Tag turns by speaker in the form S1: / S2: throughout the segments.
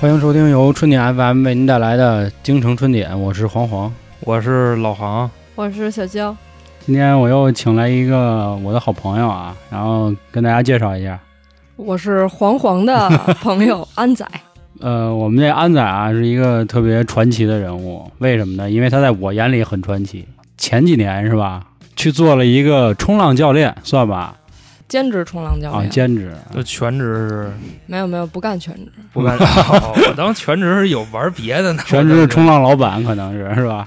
S1: 欢迎收听由春点 FM 为您带来的《京城春点》，我是黄黄。
S2: 我是老航，
S3: 我是小娇，
S1: 今天我又请来一个我的好朋友啊，然后跟大家介绍一下。
S3: 我是黄黄 的朋友安仔。
S1: 呃，我们这安仔啊是一个特别传奇的人物，为什么呢？因为他在我眼里很传奇。前几年是吧，去做了一个冲浪教练，算吧，
S3: 兼职冲浪教
S1: 啊，
S3: 练，
S1: 兼职。
S2: 这全职是
S3: 没有没有不干全职，
S2: 不 干哦我当全职是有玩别的呢，
S1: 全职冲浪老板可能是是吧？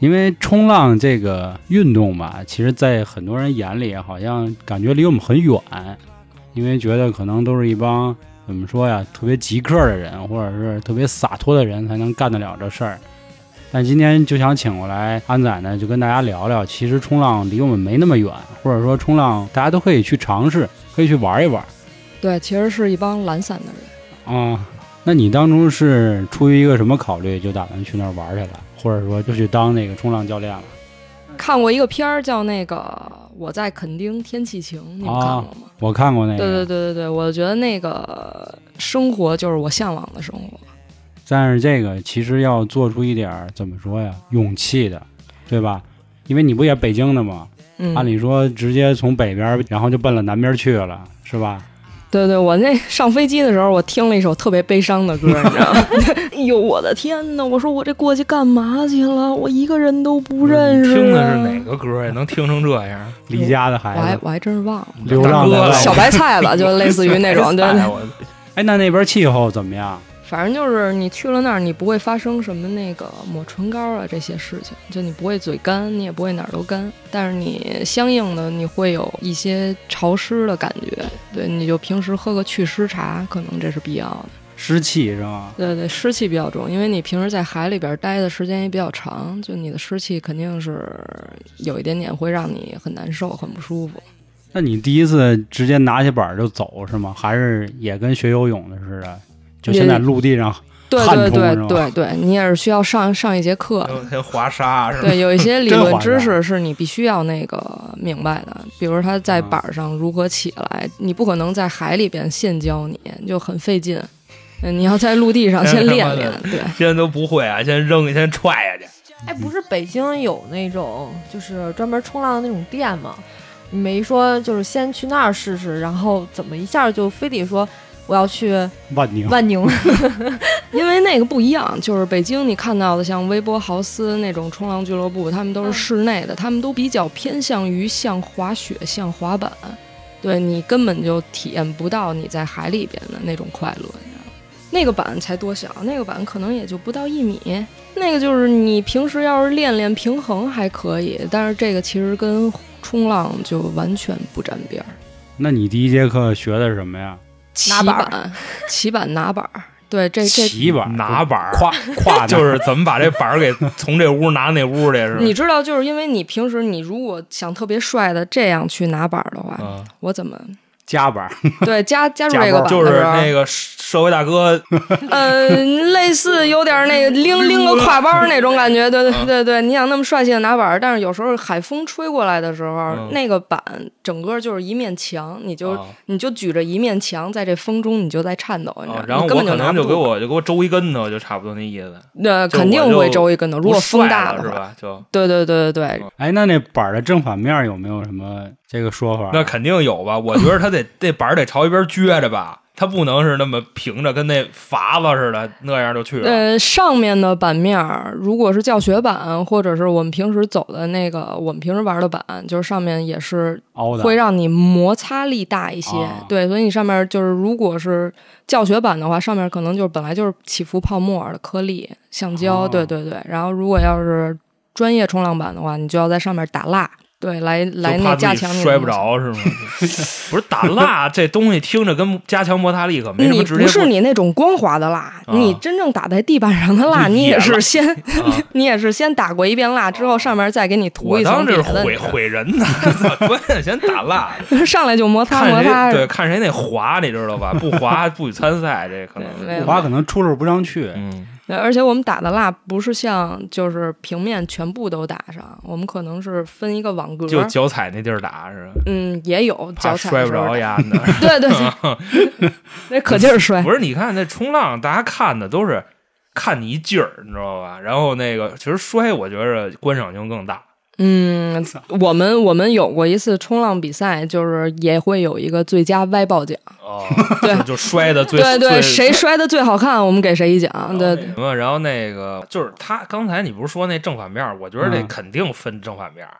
S1: 因为冲浪这个运动吧，其实，在很多人眼里好像感觉离我们很远，因为觉得可能都是一帮怎么说呀，特别极客的人，或者是特别洒脱的人才能干得了这事儿。但今天就想请过来安仔呢，就跟大家聊聊，其实冲浪离我们没那么远，或者说冲浪大家都可以去尝试，可以去玩一玩。
S3: 对，其实是一帮懒散的人。
S1: 啊，那你当初是出于一个什么考虑，就打算去那儿玩去了，或者说就去当那个冲浪教练了？
S3: 看过一个片儿叫那个《我在垦丁天气晴》，你
S2: 啊
S3: 们看过吗？
S1: 我看过那个，
S3: 对对对对对，我觉得那个生活就是我向往的生活。
S1: 但是这个其实要做出一点儿怎么说呀，勇气的，对吧？因为你不也北京的吗？
S3: 嗯，
S1: 按理说直接从北边儿，然后就奔了南边儿去了，是吧？
S3: 对对，我那 上飞机的时候，我听了一首特别悲伤的歌，你知道吗？ 哎呦，我的天呐，我说我这过去干嘛去了？我一个人都不认识、啊。啊
S2: 听的是哪？个歌呀？能听成这样？
S1: 离家的孩
S3: 我还
S1: 子，
S3: 我还真是忘了。
S1: 流浪
S2: 大哥
S1: 的
S2: 了
S3: 小白 菜吧，就类似于那种，对
S2: 哎
S3: 对
S2: 呀。我
S1: 哎，那那边气候怎么样？
S3: 反正就是你去了那儿，你不会发生什么那个抹唇膏啊这些事情，就你不会嘴干，你也不会哪儿都干，但是你相应的你会有一些潮湿的感觉，对，你就平时喝个祛湿茶，可能这是必要的。
S1: 湿气是吗？
S3: 对对，湿气比较重，因为你平时在海里边待的时间也比较长，就你的湿气肯定是有一点点会让你很难受、很不舒服。
S1: 那你第一次直接拿起板儿就走是吗？还是也跟学游泳的似的，就
S3: 也
S1: 现在陆地上
S3: 对
S1: 汗
S3: 对
S1: 冲
S3: 对
S1: 是吧
S3: 对对，你也是需要上上一节课的。
S2: 还有滑沙是吧？
S3: 对，有一些理
S1: 真
S3: 论
S1: 划
S3: 知
S1: 算
S3: 识是你必须要那个明白的，比如他在板儿上如何起来，你不可能在海里边现教你，就很费劲。嗯，你要在陆地上先
S2: 他妈
S3: 练
S2: 的
S3: 练，对，
S2: 现在都不会啊，先扔，先踹下去。
S4: 哎，不是北京有那种就是专门冲浪的那种店吗？你没说就是先去那儿试试，然后怎么一下就非得说我要去
S1: 万宁。
S4: 万宁？
S3: 因为那个不一样，就是北京你看到的像微波豪斯那种冲浪俱乐部，他们都是
S4: 嗯
S3: 室内的，他们都比较偏向于像滑雪、像滑板，对你根本就体验不到你在海里边的那种快乐。你知道吗那个板才多小，那个板可能也就不到一米，那个就是你平时要是练练平衡还可以，但是这个其实跟冲浪就完全不沾边儿。
S1: 那你第一节课学的是什么呀？
S3: 骑
S4: 拿板儿
S3: 板，骑板拿板儿，对，这这
S1: 骑板儿、
S2: 拿板儿
S1: 跨 跨
S2: 就
S1: 就是
S2: 怎么把这板儿给从这屋拿那屋去是吧？
S3: 你知道，就是因为你平时你如果想特别帅的这样去拿板儿的话，
S2: 啊，
S3: 我怎么
S1: 夹板儿，
S3: 对加 加入
S1: 夹
S3: 这个板
S2: 就
S3: 的
S2: 是
S3: 时候，
S2: 那个社会大哥，
S3: 嗯，类似有点那个拎拎个挎包那种感觉，
S2: 啊
S3: 对对对对，你想那么帅气的拿板儿，但是有时候海风吹过来的时候，
S2: 嗯
S3: 那个板整个就是一面墙，你就、
S2: 啊
S3: 你就举着一面墙，在这风中你就在颤抖，你知道
S2: 啊
S3: 吗？
S2: 然后
S3: 你根
S2: 我
S3: 本
S2: 可
S3: 拿
S2: 能
S3: 不
S2: 就
S3: 住
S2: 给，我就给我周一跟头，就差不多那意思。
S3: 那
S2: 就
S3: 肯定
S2: 我就
S3: 会周一跟头，如果
S2: 不
S3: 风
S2: 帅
S3: 大
S2: 了
S3: 的
S2: 是
S3: 话，
S2: 吧？哦就
S3: 对对对对对，
S1: 哎，那那板儿的正反面有没有什么这个说法？
S2: 那肯定有吧？我觉得他得这板儿得朝一边撅着吧，他不能是那么平着，跟那筏子似的那样就去了。
S3: 呃，上面的版面儿如果是教学版，或者是我们平时走的那个我们平时玩的版，就是上面也是
S1: 凹的
S3: 会让你摩擦力大一些。
S1: 啊
S3: 对，所以你上面就是如果是教学版的话，上面可能就是本来就是起伏泡沫的颗粒、橡胶，
S2: 啊
S1: 哦
S3: 对对对。然后如果要是专业冲浪板的话，你就要在上面打蜡，对，来来
S2: 就
S3: 那
S2: 怕
S3: 加
S2: 自
S3: 强你
S2: 己
S3: 的
S2: 摔不
S3: 摩擦。
S2: 着是吗？ 不是打 蜡这东西听着跟加强摩擦力可没什
S3: 你
S2: 么直接
S3: 不是你那种光滑的蜡，
S2: 啊
S3: 你真正打在地板上的蜡，
S2: 就
S3: 你
S2: 野
S3: 也
S2: 蜡
S3: 是先
S2: 啊
S3: 你也是先打过一遍蜡，之后上面再给你涂
S2: 哦我
S3: 一层
S2: 当这
S3: 别
S2: 是
S3: 的，
S2: 毁毁 人呢，操关键先打蜡，
S3: 上来就摩擦
S2: 看
S3: 摩擦
S2: 谁。对看 谁那滑，你知道吧？不滑不许参赛，这可能
S3: 对没有
S1: 滑可能出溜不上去，
S2: 嗯，
S3: 对而且我们打的蜡不是像就是平面全部都打上，我们可能是分一个网格，
S2: 就脚踩那地儿打是吧？
S3: 嗯，也有
S2: 怕
S3: 脚踩的
S2: 摔不
S3: 时候
S2: 着
S3: 打，
S2: 丫的。
S3: 对对对， 那可劲儿摔，
S2: 不是，你看那冲浪，大家看的都是看你一劲儿，你知道吧？然后那个其实摔，我觉着观赏性更大。
S3: 嗯，我们我们有过一次冲浪比赛，就是也会有一个最佳歪抱奖，
S2: 哦，
S3: 对
S2: 就就摔的最
S3: 对对，
S2: 最哦
S3: 谁摔的最好看，我们给谁一
S2: 然后
S3: 奖，
S2: 那
S3: 对
S2: 什么？然后那个就是他刚才你不是说那正反面儿？我觉得这
S1: 嗯
S2: 肯定分正反面儿，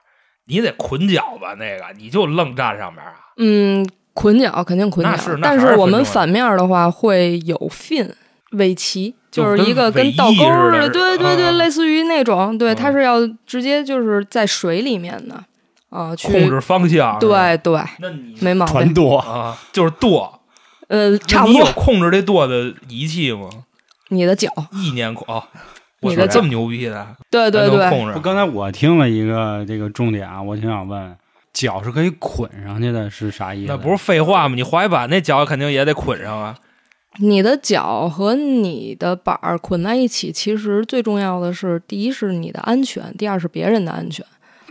S2: 你得捆脚吧？那个你就愣站上面啊？
S3: 嗯，捆脚肯定捆
S2: 那
S3: 脚，
S2: 是那
S3: 但
S2: 还是
S3: 我
S2: 捆
S3: 们
S2: 脚
S3: 反面的话会有 fin 尾鳍，
S2: 就
S3: 就是一个
S2: 跟尾
S3: 跟倒
S2: 翼
S3: 钩
S2: 似
S3: 儿
S2: 的是
S3: 对对对，
S2: 嗯
S3: 类似于那种，对，它
S2: 嗯
S3: 是要直接就是在水里面的啊，去
S2: 控制方向？是吧，
S3: 对对，
S2: 那你
S3: 没毛
S1: 船
S3: 病，
S1: 舵，
S2: 啊，就是舵，
S3: 呃，差不
S2: 你有
S3: 多，
S2: 控制这舵的仪器吗？
S3: 你的脚，
S2: 意念控哦，我
S3: 你
S2: 操，
S3: 的
S2: 这么牛逼的，
S3: 对对
S2: 还能
S3: 对，
S2: 控制
S1: 不，刚才我听了一个这个重点啊，我挺想问，脚是可以捆上去的，是啥意思？
S2: 那不是废话吗？你滑雪板那脚肯定也得捆上啊。
S3: 你的脚和你的板儿捆在一起，其实最重要的是，第一是你的安全，第二是别人的安全。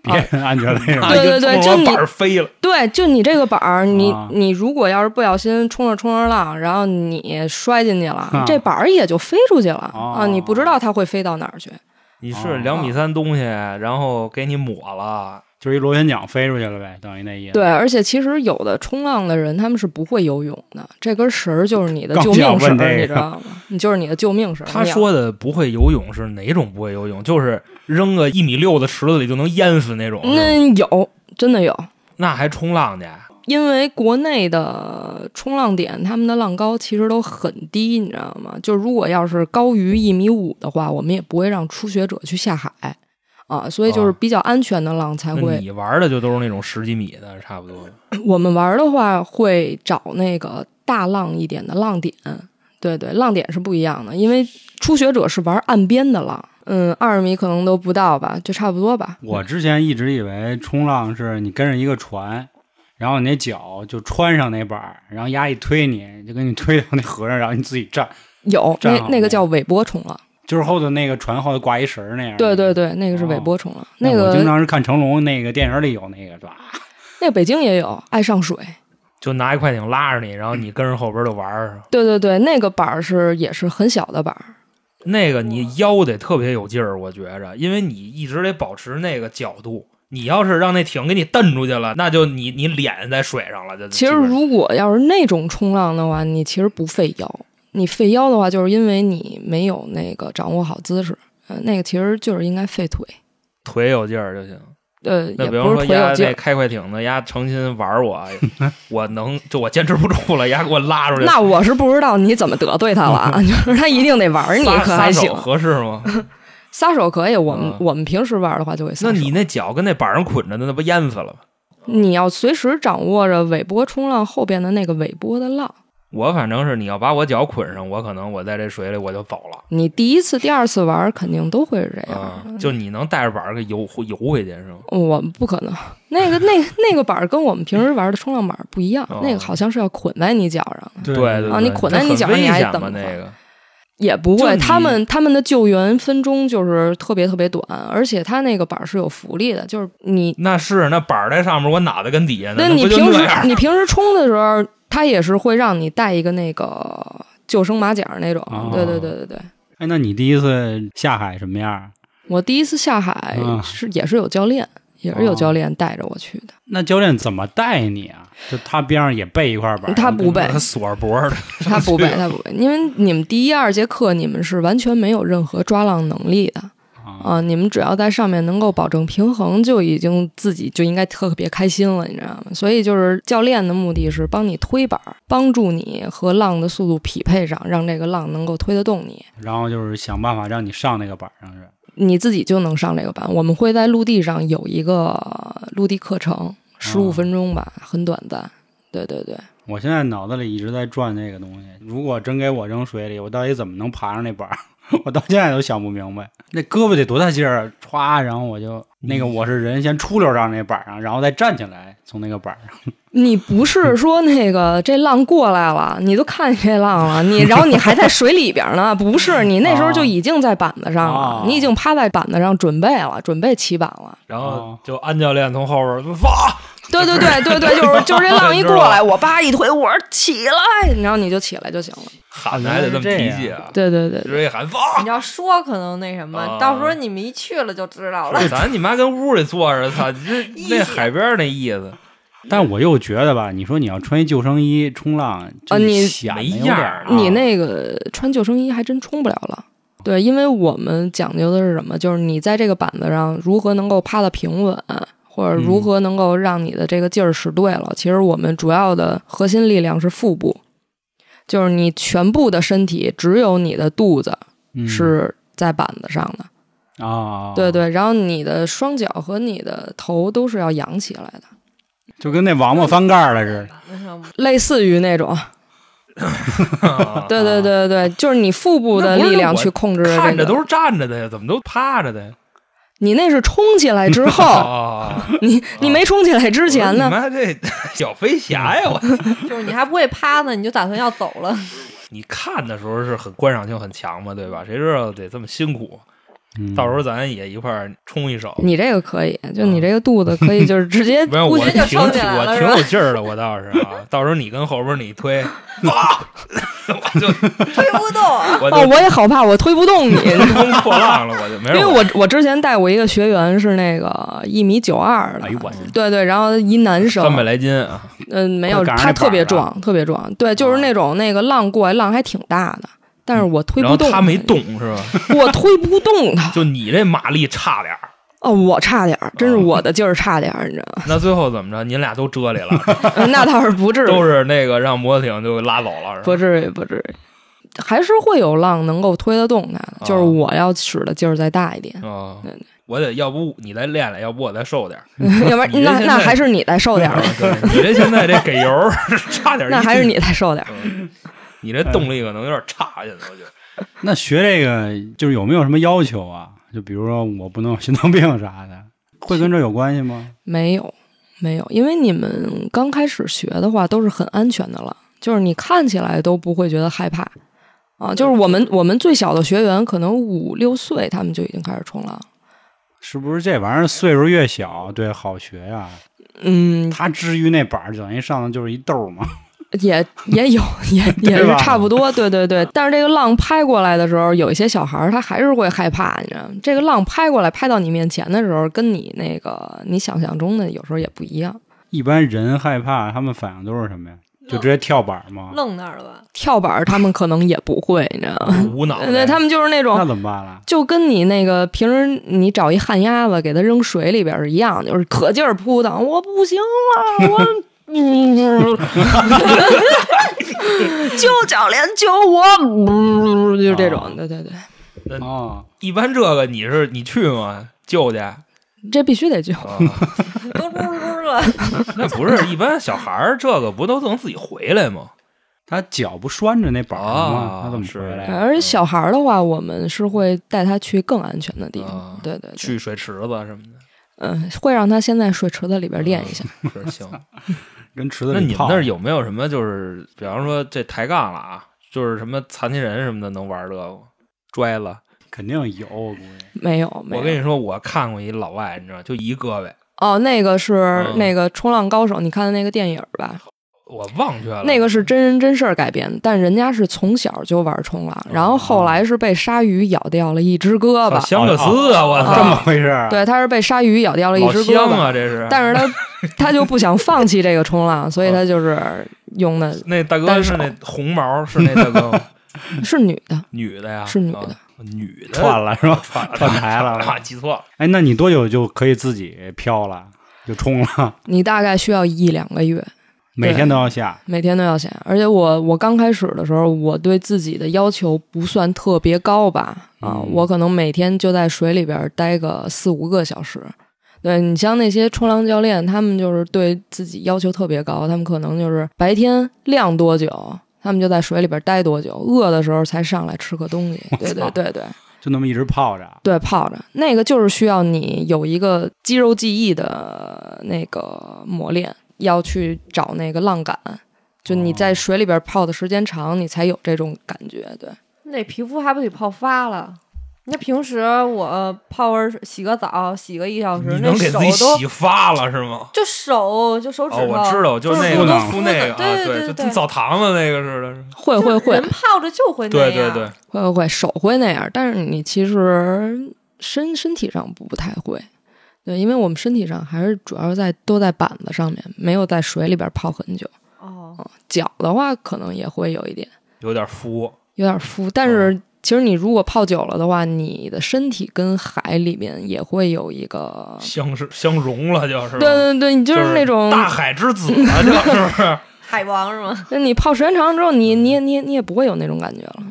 S1: 别人安全那 种，
S2: 啊
S3: 对对
S2: 一
S3: 对
S2: 冲
S3: 就
S2: 我
S3: 你
S2: 板儿飞了，
S3: 对，就你这个板儿，你、
S1: 啊
S3: 你如果要是不小心冲着冲着浪，然后你摔进去了，
S1: 啊
S3: 这板儿也就飞出去了、
S1: 哦
S3: 啊！你不知道它会飞到哪儿去。
S2: 你
S1: 哦
S2: 是两米三东西，然后给你抹
S3: 哎
S2: 了，
S1: 就是一螺旋桨飞出去了呗，等于那意思。
S3: 对，，而且其实有的冲浪的人他们是不会游泳的，这根绳儿就是你的
S1: 刚
S3: 救
S1: 想
S3: 命
S1: 问
S3: 绳
S1: 这
S3: 儿，
S1: 个
S3: 你知道吗？你就是你的救命绳儿。
S2: 他
S3: 你要
S2: 说的不会游泳是哪种不会游泳？就是扔个一米六的池子里就能淹死那种，是吧
S3: 嗯，有，真的有。
S2: 那还冲浪去？啊
S3: 因为国内的冲浪点，他们的浪高其实都很低，你知道吗？就如果要是高于一米五的话，我们也不会让初学者去下海啊，所以就是
S2: 哦
S3: 比较安全的浪才
S2: 那
S3: 会。
S2: 你玩的就都是那种十几米的，差不多。
S1: 嗯
S3: 我们玩的话会找那个大浪一点的浪点，对对，浪点是不一样的，因为初学者是玩岸边的浪，嗯，二十米可能都不到吧，就差不多吧。
S1: 我之前一直以为冲浪是你跟着一个船，然后你那脚就穿上那板儿，然后压一推你，就给你推到那河上，然后你自己站，
S3: 有
S1: 站
S3: 那
S1: 好
S3: 那
S1: 那
S3: 个叫尾波冲浪，
S1: 就是后头那个船后头挂一绳儿那样。
S3: 对对。对，那个是尾
S1: 哦
S3: 波冲浪，
S1: 那
S3: 那个
S1: 我经常是看成龙那个电影里有那个是吧？
S3: 那个北京也有爱上水。
S2: 就拿一快艇拉着你，然后你跟着后边就玩儿。
S3: 对对对，那个板儿是也是很小的板儿，
S2: 那个你腰得特别有劲儿，我觉着，因为你一直得保持那个角度。你要是让那艇给你蹬出去了，那就你你脸在水上了。就
S3: 其实如果要是那种冲浪的话，你其实不费腰，你费腰的话，就是因为你没有那个掌握好姿势，呃，那个其实就是应该费腿，
S2: 腿有劲儿就行。
S3: 呃，
S2: 那
S3: 也
S2: 比方
S3: 不
S2: 说
S3: 是腿有
S2: 丫
S3: 劲
S2: 那
S3: 儿。
S2: 开快艇的，丫诚心玩儿我，我能就我坚持不住了，丫给我拉出去。
S3: 那我是不知道你怎么得罪他了 啊，就是他一定得玩儿你，
S2: 撒
S3: 可
S2: 撒
S3: 还行
S2: 手？合适 吗？
S3: 撒手可以，我们、
S2: 嗯
S3: 我们平时玩儿的话就会撒
S2: 那
S3: 手。
S2: 你那脚跟那板上捆着的，那不淹死了吗？
S3: 你要随时掌握着尾波冲浪后边的那个尾波的浪。
S2: 我反正是你要把我脚捆上，我可能我在这水里我就走了
S3: 你第一次、第二次玩儿肯定都会是这样，
S2: 啊、就你能带着板儿给游游回去是吗？
S3: 我们不可能，那个那那个板儿跟我们平时玩的冲浪板儿不一样，
S2: 哦
S3: 那个好像是要捆在你脚上的，
S1: 对
S2: 对
S3: 啊你捆在你脚上
S2: 很危
S3: 你还
S2: 险
S3: 等
S2: 吗
S3: 会
S2: 那
S3: 儿
S2: 个
S3: 也不
S2: 就
S3: 会。
S2: 你
S3: 他们他们的救援分钟就是特别特别短，而且他那个板儿是有浮力的，就是你，
S2: 那是那板儿在上面，我脑袋跟底下呢，
S3: 那
S2: 那
S3: 你
S2: 不就
S3: 平
S2: 那
S3: 时
S2: 样
S3: 你平时冲的时候，他也是会让你带一个那个救生马甲儿那种。
S1: 哦
S3: 对对对对对，
S1: 哎，那你第一次下海什么样？
S3: 我第一次下海
S1: 嗯
S3: 是也是有教练，也是有
S1: 哦
S3: 教练带着我去的。
S1: 那教练怎么带你啊？就他边上也备一块板儿，
S3: 他 不备
S2: 他锁着脖儿的，
S3: 他不背，他不背，因为你们第一、二节课你们是完全没有任何抓浪能力的
S1: 啊，
S3: 啊！你们只要在上面能够保证平衡，就已经自己就应该特别开心了，你知道吗？所以就是教练的目的是帮你推板儿，帮助你和浪的速度匹配上，让这个浪能够推得动你，
S1: 然后就是想办法让你上那个板儿上是。
S3: 你自己就能上这个班。我们会在陆地上有一个呃陆地课程，十五
S1: 哦
S3: 分钟吧，很短暂。对对对，
S1: 我现在脑子里一直在转这个东西，如果真给我扔水里，我到底怎么能爬上那板儿？ 我到现在都想不明白，那胳膊得多大劲儿啊，歘，然后我就那个我是人先出溜到那板儿上，然后再站起来，从那个板儿上。
S3: 你不是说那个这浪过来了，你都看见这浪了， 你然后你还在水里边呢？不是，你那时候就已经在板子上
S1: 哦
S3: 了，你已经趴在板子上准备了，准备起板了。
S2: 然
S1: 哦
S2: 后就安教练从后边儿哇，
S3: 对对对对 对，就是就是这浪一过来，我叭一推，我说起来，然后你就起来就行了。
S2: 喊的还得这么提气啊，
S3: 对对对，对
S2: 直接喊哇
S4: 你。要说可能那什么，
S2: 啊
S4: 到时候你们一去了就知道了。
S2: 咱你妈跟屋里坐着，操！ 这那海边儿那意思
S1: 但我又觉得吧，你说你要穿一救生衣冲浪，这
S3: 哦你
S1: 显得
S2: 没
S1: 有
S2: 样
S1: 点
S2: 儿啊
S1: 儿
S3: 你那个穿救生衣还真冲不了了。对，因为我们讲究的是什么？就是你在这个板子上如何能够趴得平稳，或者
S2: 嗯
S3: 如何能够让你的这个劲儿使对了。其实我们主要的核心力量是腹部，就是你全部的身体只有你的肚子
S1: 嗯
S3: 是在板子上的，
S2: 哦
S1: 啊，
S3: 对，对。然后你的双脚和你的头都是要扬起来的，
S1: 就跟那王八翻盖儿了似的。
S4: 那什么
S3: 类似于那种，
S2: 啊，
S3: 对对对对，就是你腹部的
S2: 那不是
S3: 力量
S2: 我
S3: 去控制、这个。
S2: 看着都是站着的呀，怎么都趴着的呀？
S3: 你那是冲起来 之后，
S2: 哦，
S3: 你你没冲起来之前
S2: 啊我说
S3: 呢？
S2: 你妈 这小飞侠呀！我
S4: 就是你还不会趴呢，你就打算要走了。
S2: 你看的时候是很观赏性很强嘛，对吧？谁知道得这么辛苦？
S1: 嗯
S2: 到时候咱也一块儿冲一手。
S3: 你这个可以，就你这个肚子可以，就是直接
S2: 不是我
S3: 估计
S2: 挺
S4: 就
S2: 挺
S4: 撑起来了
S2: 我
S4: 是
S2: 挺
S4: 吧
S2: 有劲儿的，我倒是啊。 到时候你跟后边你推，哇，我就
S4: 推不动，
S2: 我
S3: 哦，
S2: 就
S3: 我也好怕我推不动你，
S2: 乘风破浪了，我就没
S3: 因
S2: 事
S3: 为
S2: 儿。
S3: 我我之前带我一个学员是那个一米九二的，
S1: 哎呦我去
S3: 对对，然后一男生
S2: 三，百来斤啊，
S3: 嗯，没有，
S1: 快赶上
S3: 他
S1: 那
S3: 特别
S1: 板儿了
S3: 壮，特别壮，对，就是那种那个浪过来，浪还挺大的，但是我推
S2: 然
S3: 不
S2: 后
S3: 动，
S2: 他没，动是吧？
S3: 我推不动他，
S2: 就你这马力差点儿，
S3: 哦，我差点儿，真是我的劲儿差点儿，你知道
S2: 那最后怎么着？你俩都折里 了，
S3: 吗？ 那倒是不至于，
S2: 都是那个让摩托艇就拉走了，是
S3: 不
S2: 吧？
S3: 至于，不至于，还是会有浪能够推得动它的，就是
S2: 啊
S3: 我要使的劲儿再大一点，
S2: 啊
S3: 对对，
S2: 我得要不你再练练，要不我再瘦点儿。
S3: 要不然
S2: 嗯你这
S3: 那
S2: 现
S3: 那
S2: 在
S3: 还是你再瘦点 儿吧，
S2: 对你这现在这给油 儿差点，
S3: 那还是你再瘦点儿。
S2: 嗯，你这动力可能有点差，现在我觉得。
S1: 那学这个就是有没有什么要求啊？就比如说我不能有心脏病啥的，会跟这有关系吗？
S3: 没有，没有，因为你们刚开始学的话都是很安全的了，就是你看起来都不会觉得害怕啊。就是我们我们最小的学员可能五六岁，他们就已经开始冲浪了。
S1: 是不是这玩意儿岁数越小对好学呀、
S3: 嗯，
S1: 他至于那板儿，等于上的就是一豆儿嘛。
S3: 也也有， 也也
S1: 对
S3: 是
S1: 吧
S3: 差不多，对对对。但是这个浪拍过来的时候，有一些小孩儿他还是会害怕，你知道吗？这个浪拍过来拍到你面前的时候，跟你那个你想象中的有时候也不一样。
S1: 一般人害怕，他们反应都是什么呀？就直接跳板儿吗？
S4: 愣那儿了吧？
S3: 跳板儿他们可能也不会，你知道 吗？
S2: 无脑的。
S3: 对他们就是那
S1: 那
S3: 种，
S1: 怎么办了？
S3: 就跟你那个平时你找一旱鸭子给它扔水里边儿是一样，就是可劲儿扑腾，我不行了，我 嗯，救教练救我，嗯，就是这种，对对对。
S1: 哦，
S2: 一般这个你是你去吗？舅哦去 啊，
S3: 这必须得救。
S4: 都噜噜噜了，
S2: 那不是一般小孩儿，这个不都能自己回来吗？
S1: 他脚不拴着那板儿吗
S2: 哦？
S1: 他怎么回来
S2: 是
S1: 呀？
S3: 而且小孩儿的话，我们是会带他去更安全的地
S2: 啊
S3: 方。对对，对
S2: 去，水池子什么的，
S3: 嗯，会让他先在水池子里边练一下。
S2: 是行。
S1: 跟池子
S2: 那
S1: 里
S2: 你们
S1: 泡
S2: 那儿有没有什么就是，比方说这抬杠了啊，就是什么残疾人什么的能玩这个吗？拽了，
S1: 肯定有，我估计
S3: 没有，没
S2: 我跟
S3: 有。
S2: 你说，我看过一老外，你知道，就一胳膊，
S3: 哦，那个是
S2: 嗯
S3: 那个《冲浪高手》，你看的那个电影儿吧？
S2: 我忘却了。
S3: 那个是真人真事儿改编，但人家是从小就玩冲浪，然后后来是被鲨鱼咬掉了一只胳
S2: 啊
S3: 膊。
S2: 香克斯啊，我
S3: 哦
S1: 这
S2: 操，
S1: 么回事儿啊？
S3: 对，他是被鲨鱼咬掉了一
S2: 老
S3: 只胳
S2: 香
S3: 膊，
S2: 啊，这是。
S3: 但是他 他就不想放弃这个冲浪，
S2: 啊
S3: 所以他就是用的
S2: 那大哥
S3: 单
S2: 是
S3: 手
S2: 那红毛是那大哥吗，
S3: 是女的，
S2: 女的呀，
S3: 是女的
S2: 啊，女的
S1: 串了是吧？
S2: 串
S1: 串台了
S2: 啊，记错了。
S1: 哎，那你多久就可以自己飘了，就冲了？
S3: 你大概需要一两个月。
S1: 每天都要下，
S3: 每天都要写，而且我我刚开始的时候，我对自己的要求不算特别高吧，啊，
S1: 嗯
S3: 我可能每天就在水里边待个四五个小时。对你像那些冲浪教练，他们就是对自己要求特别高，他们可能就是白天晾多久，他们就在水里边待多久，饿的时候才上来吃个东西。对对对对
S1: 就那么一直泡着。啊
S3: 对，泡着那个就是需要你有一个肌肉记忆的那个磨练，要去找那个浪感，就
S4: 哦
S3: 你在水里边泡的时间长，你才有这种感觉。对，
S4: 那皮肤还不得泡发了？那平时我泡个洗个澡，洗个一小时
S2: 你，
S4: 那
S2: 能给
S4: 手
S2: 自己
S4: 都
S2: 洗发了是吗？
S4: 就手就手指头，
S2: 哦，我知道，
S4: 就是
S2: 那
S1: 敷
S2: 个
S1: 的
S2: 敷那个
S4: 敷
S2: 啊，
S4: 的对对
S2: 就
S4: 对
S2: 跟澡堂子那个似的，
S3: 会会
S4: 就是
S3: 会
S4: 人泡着就会那
S2: 对对
S4: 样。
S2: 对，
S3: 会会会，手会那样，但是你其实身身体上不不太会。对，因为我们身体上还是主要在都在板子上面，没有在水里边泡很久。
S4: 哦，
S3: 脚的话，可能也会有一点
S2: 有点敷，
S3: 有点敷，但是其实你如果泡久了的话，你的身体跟海里面也会有一个，
S2: 相是相融了，就是
S3: 嗯对对对，你就
S2: 就是
S3: 那种，
S2: 大海之子了，就是不是？
S4: 海王是吗？
S3: 那你泡时间长了之后，你你也你也你也不会有那种感觉了。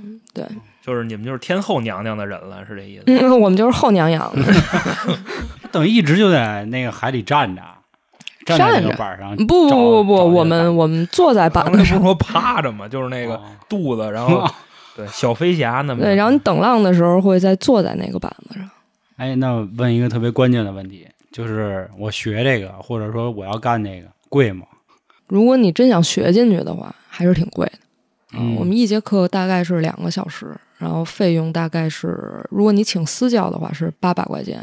S2: 就是你们就是天后娘娘的人了，是这意思？
S3: 嗯，我们就是后娘养的，
S1: 等于一直就在那个海里站着，站在那
S3: 站
S1: 个
S3: 着
S1: 板上。
S3: 不不不不，
S1: 嗯找一个
S3: 我们我们坐在板
S2: 刚才
S3: 子
S2: 不
S3: 上
S2: 是，说趴着嘛，就是那个
S1: 哦
S2: 肚子，然后对小飞侠那么
S3: 对，然后你等浪的时候会再坐在那个板子上。
S1: 哎，那我问一个特别关键的问题，就是我学这个，或者说我要干这个，贵吗？
S3: 如果你真想学进去的话，还是挺贵的。啊
S1: 嗯
S3: 我们一节课大概是两个小时，然后费用大概是，如果你请私教的话是八百块钱，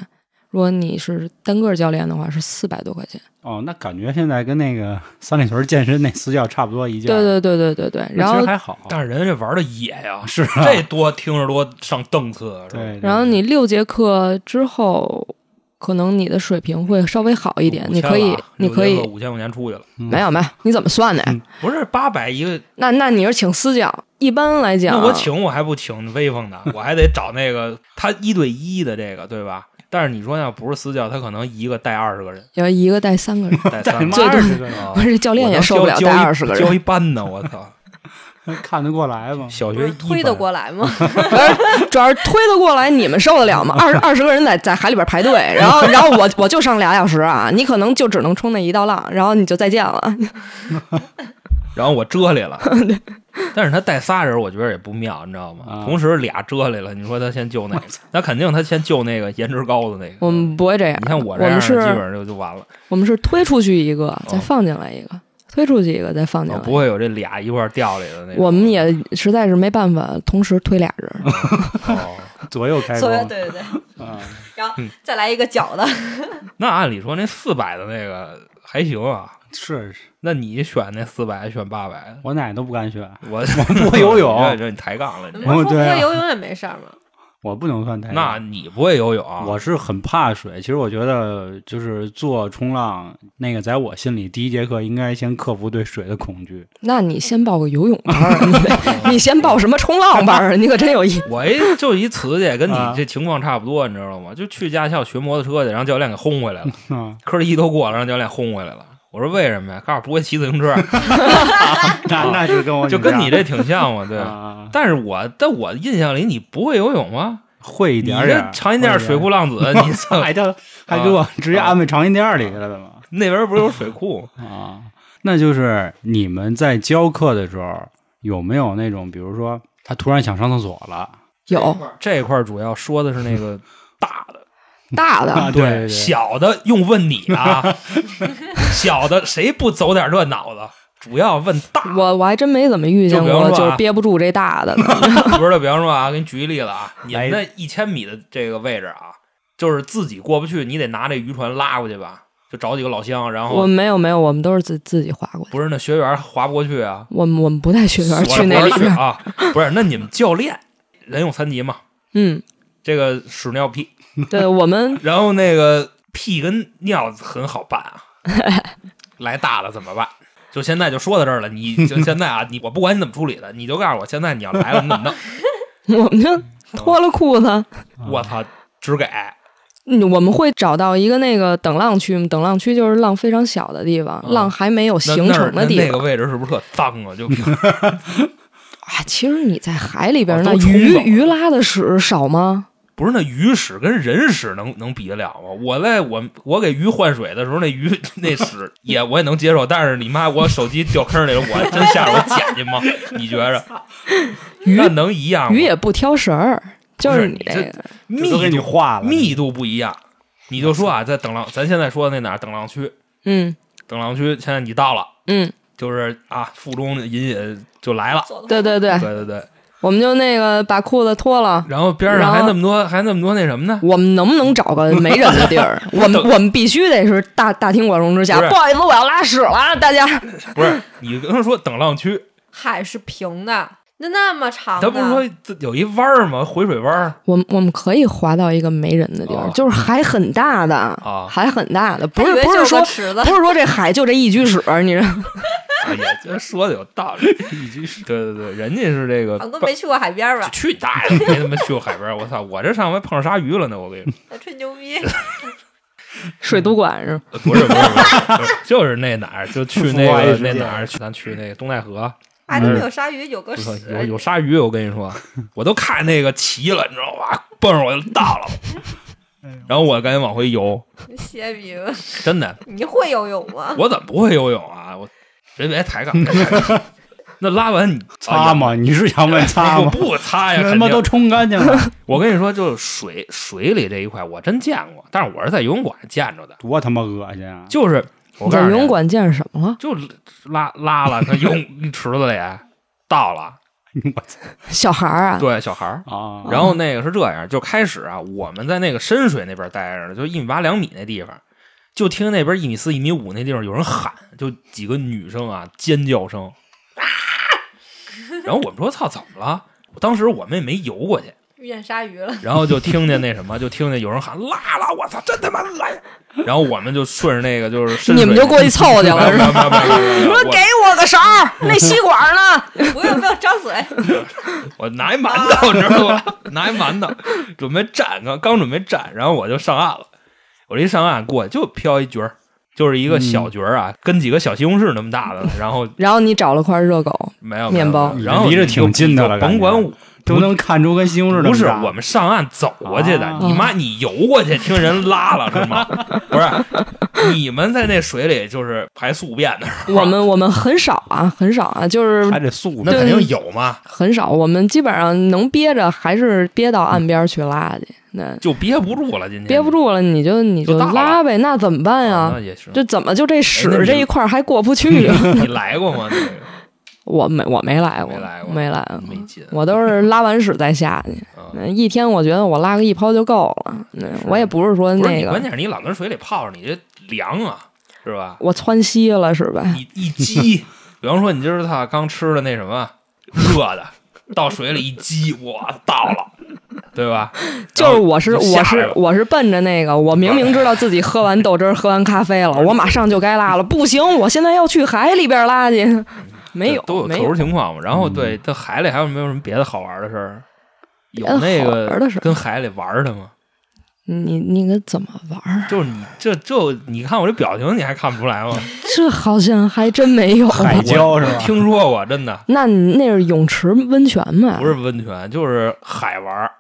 S3: 如果你是单个教练的话是四百多块钱。
S1: 哦，那感觉现在跟那个三里屯健身那私教差不多一价。
S3: 对对对对对对。
S1: 那
S3: 然
S1: 其
S3: 后
S1: 实还 好，
S2: 但是人家玩的野呀，
S1: 是啊，
S2: 这多听着多上档次，啊是吧
S1: 对。对
S3: 然后你六节课之后，可能你的水平会稍微好一点，你可以你可以
S2: 啊五千块钱出去了，
S3: 没有没有，你怎么算的呀？
S1: 嗯
S2: 不是八百一个，
S3: 那那你是请私教，一般来讲，
S2: 那我请我还不请威风的，我还得找那个他一对一的这个，对吧？但是你说要不是私教，他可能一个带二十个人，
S3: 要一个带 三个人，
S2: 带三
S1: 妈
S3: 最多
S1: 二十个人，
S2: 啊
S3: 不，是这 教练也受不了带二十个
S2: 教
S3: 人，
S2: 一班呢，我操！
S1: 看得过来吗？
S2: 小
S4: 不
S2: 学
S4: 是
S2: 一
S4: 推
S2: 班
S4: 得过来吗？
S3: 主要是推得过来，你们受得了吗？二十二十个人在在海里边排 队，然后然后我我就上俩小时啊，你可能就只能冲那一道浪，然后你就再见了。
S2: 然后我折 来了。但是他带仨人，我觉得也不妙，你知道吗？
S1: 啊
S2: 同时俩折来了，你说他先救哪个？那肯定他先救那个颜值高的那个。
S3: 我们不会这样，
S2: 你看我这
S3: 我
S2: 样
S3: 们
S2: 的，基本
S3: 是
S2: 上就就完了，
S3: 我们是推出去一个，再放进来一个，推出去一个再放进
S2: 我哦
S3: 来一
S2: 啊不
S3: 个。
S2: 会有这俩一块儿掉里的那种。
S3: 我们也实在是没办法同时推俩人，
S2: 哦
S1: 左右开弓
S4: 所以，对对对，
S1: 啊，
S4: 然后
S2: 嗯
S4: 再来一个脚
S3: 哦
S4: 的，
S2: 那按理说那四百的那个还行啊，
S1: 是是
S2: 那你选那四百，选八百，
S1: 我奶奶都不敢选，
S2: 我
S1: 我不会游泳
S2: 这你抬杠了
S4: 你
S2: 你。
S4: 不是说
S1: 哦
S4: 不
S1: 对啊
S4: 会游泳也没事儿吗？
S1: 我不能算太。
S2: 那你不会游泳，
S1: 哎我是很怕水，其实我觉得就是做冲浪那个，在我心里第一节课应该先克服对水的恐惧。
S3: 那你先报个游泳 班儿，你你先报什么冲浪班儿？你可真有意。
S2: 我一就一瓷去，跟你
S1: 啊
S2: 这情况差不多，你知道吗？就去驾校学摩托车去，让教练给轰回来了。
S1: 啊，
S2: 科一都过了，让教练轰回来了。我说为什么呀？告诉我不会骑自 行车，
S1: 那那就跟我
S2: 哦就跟你这挺 像嘛，对。
S1: 啊，
S2: 但是我在我印象里，你不会游泳吗？
S1: 会一
S2: 你
S1: 点儿点
S2: 这
S1: 儿。
S2: 长辛店水库浪子， 啊你操
S1: 还叫还给我直接安排长辛店儿里去了嘛？
S2: 那边不是有水库？
S1: 啊，那就是你们在教课的时候有没有那种，比如说他突然想上厕所了，
S3: 有
S2: 这块儿主要说的是那个大的，
S3: 大
S1: 啊
S3: 的，
S1: 对对对
S2: 小的用问你啊， 小的谁不走点这脑子？主要问大的。
S3: 我我还真没怎么遇见
S2: 就比方
S3: 过，
S2: 说啊
S3: 就是憋不住这大的的。
S2: 不是，比方说啊，给你举一例子啊，你们
S1: 来
S2: 那一千米的这个位置啊，就是自己过不去，你得拿这渔船拉过去吧，就找几个老乡，然
S3: 我
S2: 后
S3: 们没有没有，我们都是自自己划过去。
S2: 不是那学员划不过去啊，
S3: 我们我们不带学员去那里
S2: 去
S3: 边，
S2: 啊，不是，那你们教练人有三级嘛，
S3: 嗯，
S2: 这个屎尿屁，
S3: 对，我们
S2: 然后那个屁跟尿很好办 啊，来大了怎么办？就现在就说到这儿了，你 就现在啊，你我不管你怎么处理的，你就告诉我现在你要来了你怎么弄，
S3: 我们就脱了裤子，
S2: 我
S3: 啊
S2: 操，只给
S3: 嗯我们会找到一个那个等浪区嘛，等浪区就是浪非常小的地方，
S2: 嗯
S3: 浪还没有
S2: 那
S3: 形
S2: 那儿
S3: 成的地
S2: 那个
S3: 方
S2: 位置是不是特脏啊？就
S3: 啊。其实你在海里边，
S2: 哦
S3: 那
S2: 都冲
S3: 鱼
S2: 走了
S3: 鱼拉的屎少吗？
S2: 不是那鱼屎跟人屎能能比得了吗？我在我我给鱼换水的时候，那鱼那屎 也我也能接受，但是你妈我手机掉坑里了，我真下手捡去吗？你觉着
S3: 鱼
S2: 那能一样吗？
S3: 鱼也不挑食儿，就
S2: 啊不是
S3: 你
S2: 你
S3: 这
S2: 这
S3: 个
S1: 这都给
S2: 密
S1: 你
S2: 度
S1: 化了，
S2: 密度不一样。你就说啊，在等浪，咱现在说的那哪儿等浪区，
S3: 嗯，
S2: 等浪区现在你到了，
S3: 嗯，
S2: 就是啊，腹中的隐隐就来 了。
S3: 对对对，
S2: 对对对，
S3: 我们就那个把裤子脱了。
S2: 然后边上还那么多，还那么多那什么呢？
S3: 我们能不能找个没人的 地儿？我们我们必须得是大大庭广众之下。
S2: 不是
S3: 不好意思，我要拉屎了，大家。
S2: 不是，你跟他说等浪区，
S4: 海是平的，那啊那么长
S2: 他不是说自有一弯儿吗？回水弯儿
S3: 我们我们可以滑到一个没人的地儿，
S2: 哦
S3: 就是海很大的，
S2: 啊
S3: 海很大的，不
S4: 他以
S3: 是
S4: 为
S3: 不
S4: 就是是
S3: 说
S4: 个池子
S3: 不是说这海就这一居室，你知道？
S2: 哎呀，这说的有道理。对对对，人家是这个
S4: 好像都没啊去过海边吧？
S2: 去你大爷！没他妈去过海边儿，我操！我这上回碰上鲨鱼了呢，我跟你说，
S4: 还吹牛
S3: 嗯
S4: 逼，
S3: 水族馆是吗？
S2: 呃不是不是，不是不是就是那哪儿，就去那
S1: 父爱
S2: 个
S1: 之
S2: 那
S1: 恋
S2: 哪儿，去咱去那个东戴河，
S4: 还他妈有鲨鱼，有个
S2: 我操，
S4: 屎，
S2: 有有鲨鱼，我跟你说，我都看那个齐了，你知道吧？蹦上我就到了，
S1: 哎
S2: 然后我赶紧往回游，
S4: 邪逼！
S2: 真的，
S4: 你会游泳吗？
S2: 我怎么不会游泳啊？我别别 抬杠，别抬杠那拉完你
S1: 擦？吗？你是想问
S2: 哎
S1: 擦
S2: 我
S1: 吗？
S2: 不擦呀，
S1: 他
S2: 肯
S1: 妈
S2: 定
S1: 都。冲干净了，
S2: 我跟你说，就是水水里这一块，我真见过，但是我是在游泳馆见着的，
S1: 多他妈恶心啊！
S2: 就是我告
S3: 你在
S2: 诉
S3: 游
S2: 你
S3: 泳馆见什么了？
S2: 就拉拉了，那游泳池子里到了，
S1: 我操
S3: 小孩儿啊，
S2: 对，小孩儿。
S1: 啊！
S2: 然后那个是这样，就开始啊，我们在那个深水那边待着呢，就一米八两米那地方，就听那边一米四、一米五那地方有人喊，就几个女生啊尖叫声，啊！ 然后我们说操，怎么了？当时我们也没游过去，
S4: 遇见鲨鱼了，
S2: 然后就听见那什么，就听见有人喊辣了，我操，真他妈恶心！然后我们就顺着那个就是深水
S3: 你们就过去凑
S2: 没
S3: 去
S2: 有
S3: 了
S2: 没
S3: 是吧？
S2: 有没有没有没有没有
S3: 说
S2: 我
S3: 给我个勺儿，那吸管 呢？
S4: 不用不用张嘴，
S2: 我拿一馒头，你知 道吗？拿一馒头，准备蘸，刚刚准备蘸，然后我就上岸了。我这一上岸过去就飘一角儿，就是一个小角儿啊，
S1: 嗯
S2: 跟几个小西红柿那么大的了，然后
S3: 然后你找了块热狗，
S2: 没有
S3: 面包
S2: 没有然后
S1: 嗯离着
S2: 你就
S1: 挺近的了
S2: 你就甭管我，
S1: 都能看出跟西红柿那么
S2: 不是
S1: 大
S2: 我们上岸走过去的，
S1: 啊
S2: 你妈你游过去听人拉了是吗？ 不是，你们在那水里就是排宿便的时候，
S3: 我们我们很少啊，很少啊，就是
S1: 还得素
S2: 那
S1: 呢
S2: 肯定有嘛，
S3: 很少，我们基本上能憋着还是憋到岸边去拉去，那
S2: 就憋不住了，今天
S3: 憋不住了你就你
S2: 嗯就
S3: 就
S2: 大了
S3: 拉呗，那怎么办
S2: 啊，
S3: 呀
S2: 那？也是。
S3: 这怎么就这
S2: 哎那
S3: 屎
S2: 你
S3: 这一块儿还过不 去啊？
S2: 你来过吗？那个
S3: 我没我没来过，
S2: 没来过
S3: 没来过
S2: 没劲
S3: 我都是拉完屎再下去，
S2: 啊。
S3: 嗯一天我觉得我拉个一泡就够了。那我也不是说
S2: 不是
S3: 那
S2: 你，关
S3: 个
S2: 键是你老跟水里泡着，你这凉啊，是吧？
S3: 我窜稀了是吧？
S2: 你 一激，比方说你今儿他刚吃的那什么热的，到水里一激，我到了，对吧？
S3: 就是我是
S2: 然哦后就
S3: 我
S2: 下来
S3: 是
S2: 了
S3: 我是奔着那个，我明明知道自己喝完豆汁儿、喝完 咖啡了，我马上就该拉了，不行，我现在要去海里边 拉去。没有，
S2: 都有特
S3: 没
S2: 殊
S3: 有，嗯
S2: 情况嘛。然后对，这海里还有没有什么别的好玩的事儿？有
S3: 别
S2: 那
S3: 的好玩的
S2: 个
S3: 事儿
S2: 跟海里玩的吗？
S3: 你你可怎么玩儿？
S2: 就是你这这，你看我这表情，你还看不出来吗？
S3: 这好像还真没有。
S1: 海椒是
S2: 我
S1: 吧？
S2: 听说过，真的
S3: 那你那是泳池温泉吧？
S2: 不是温泉，就是海玩儿，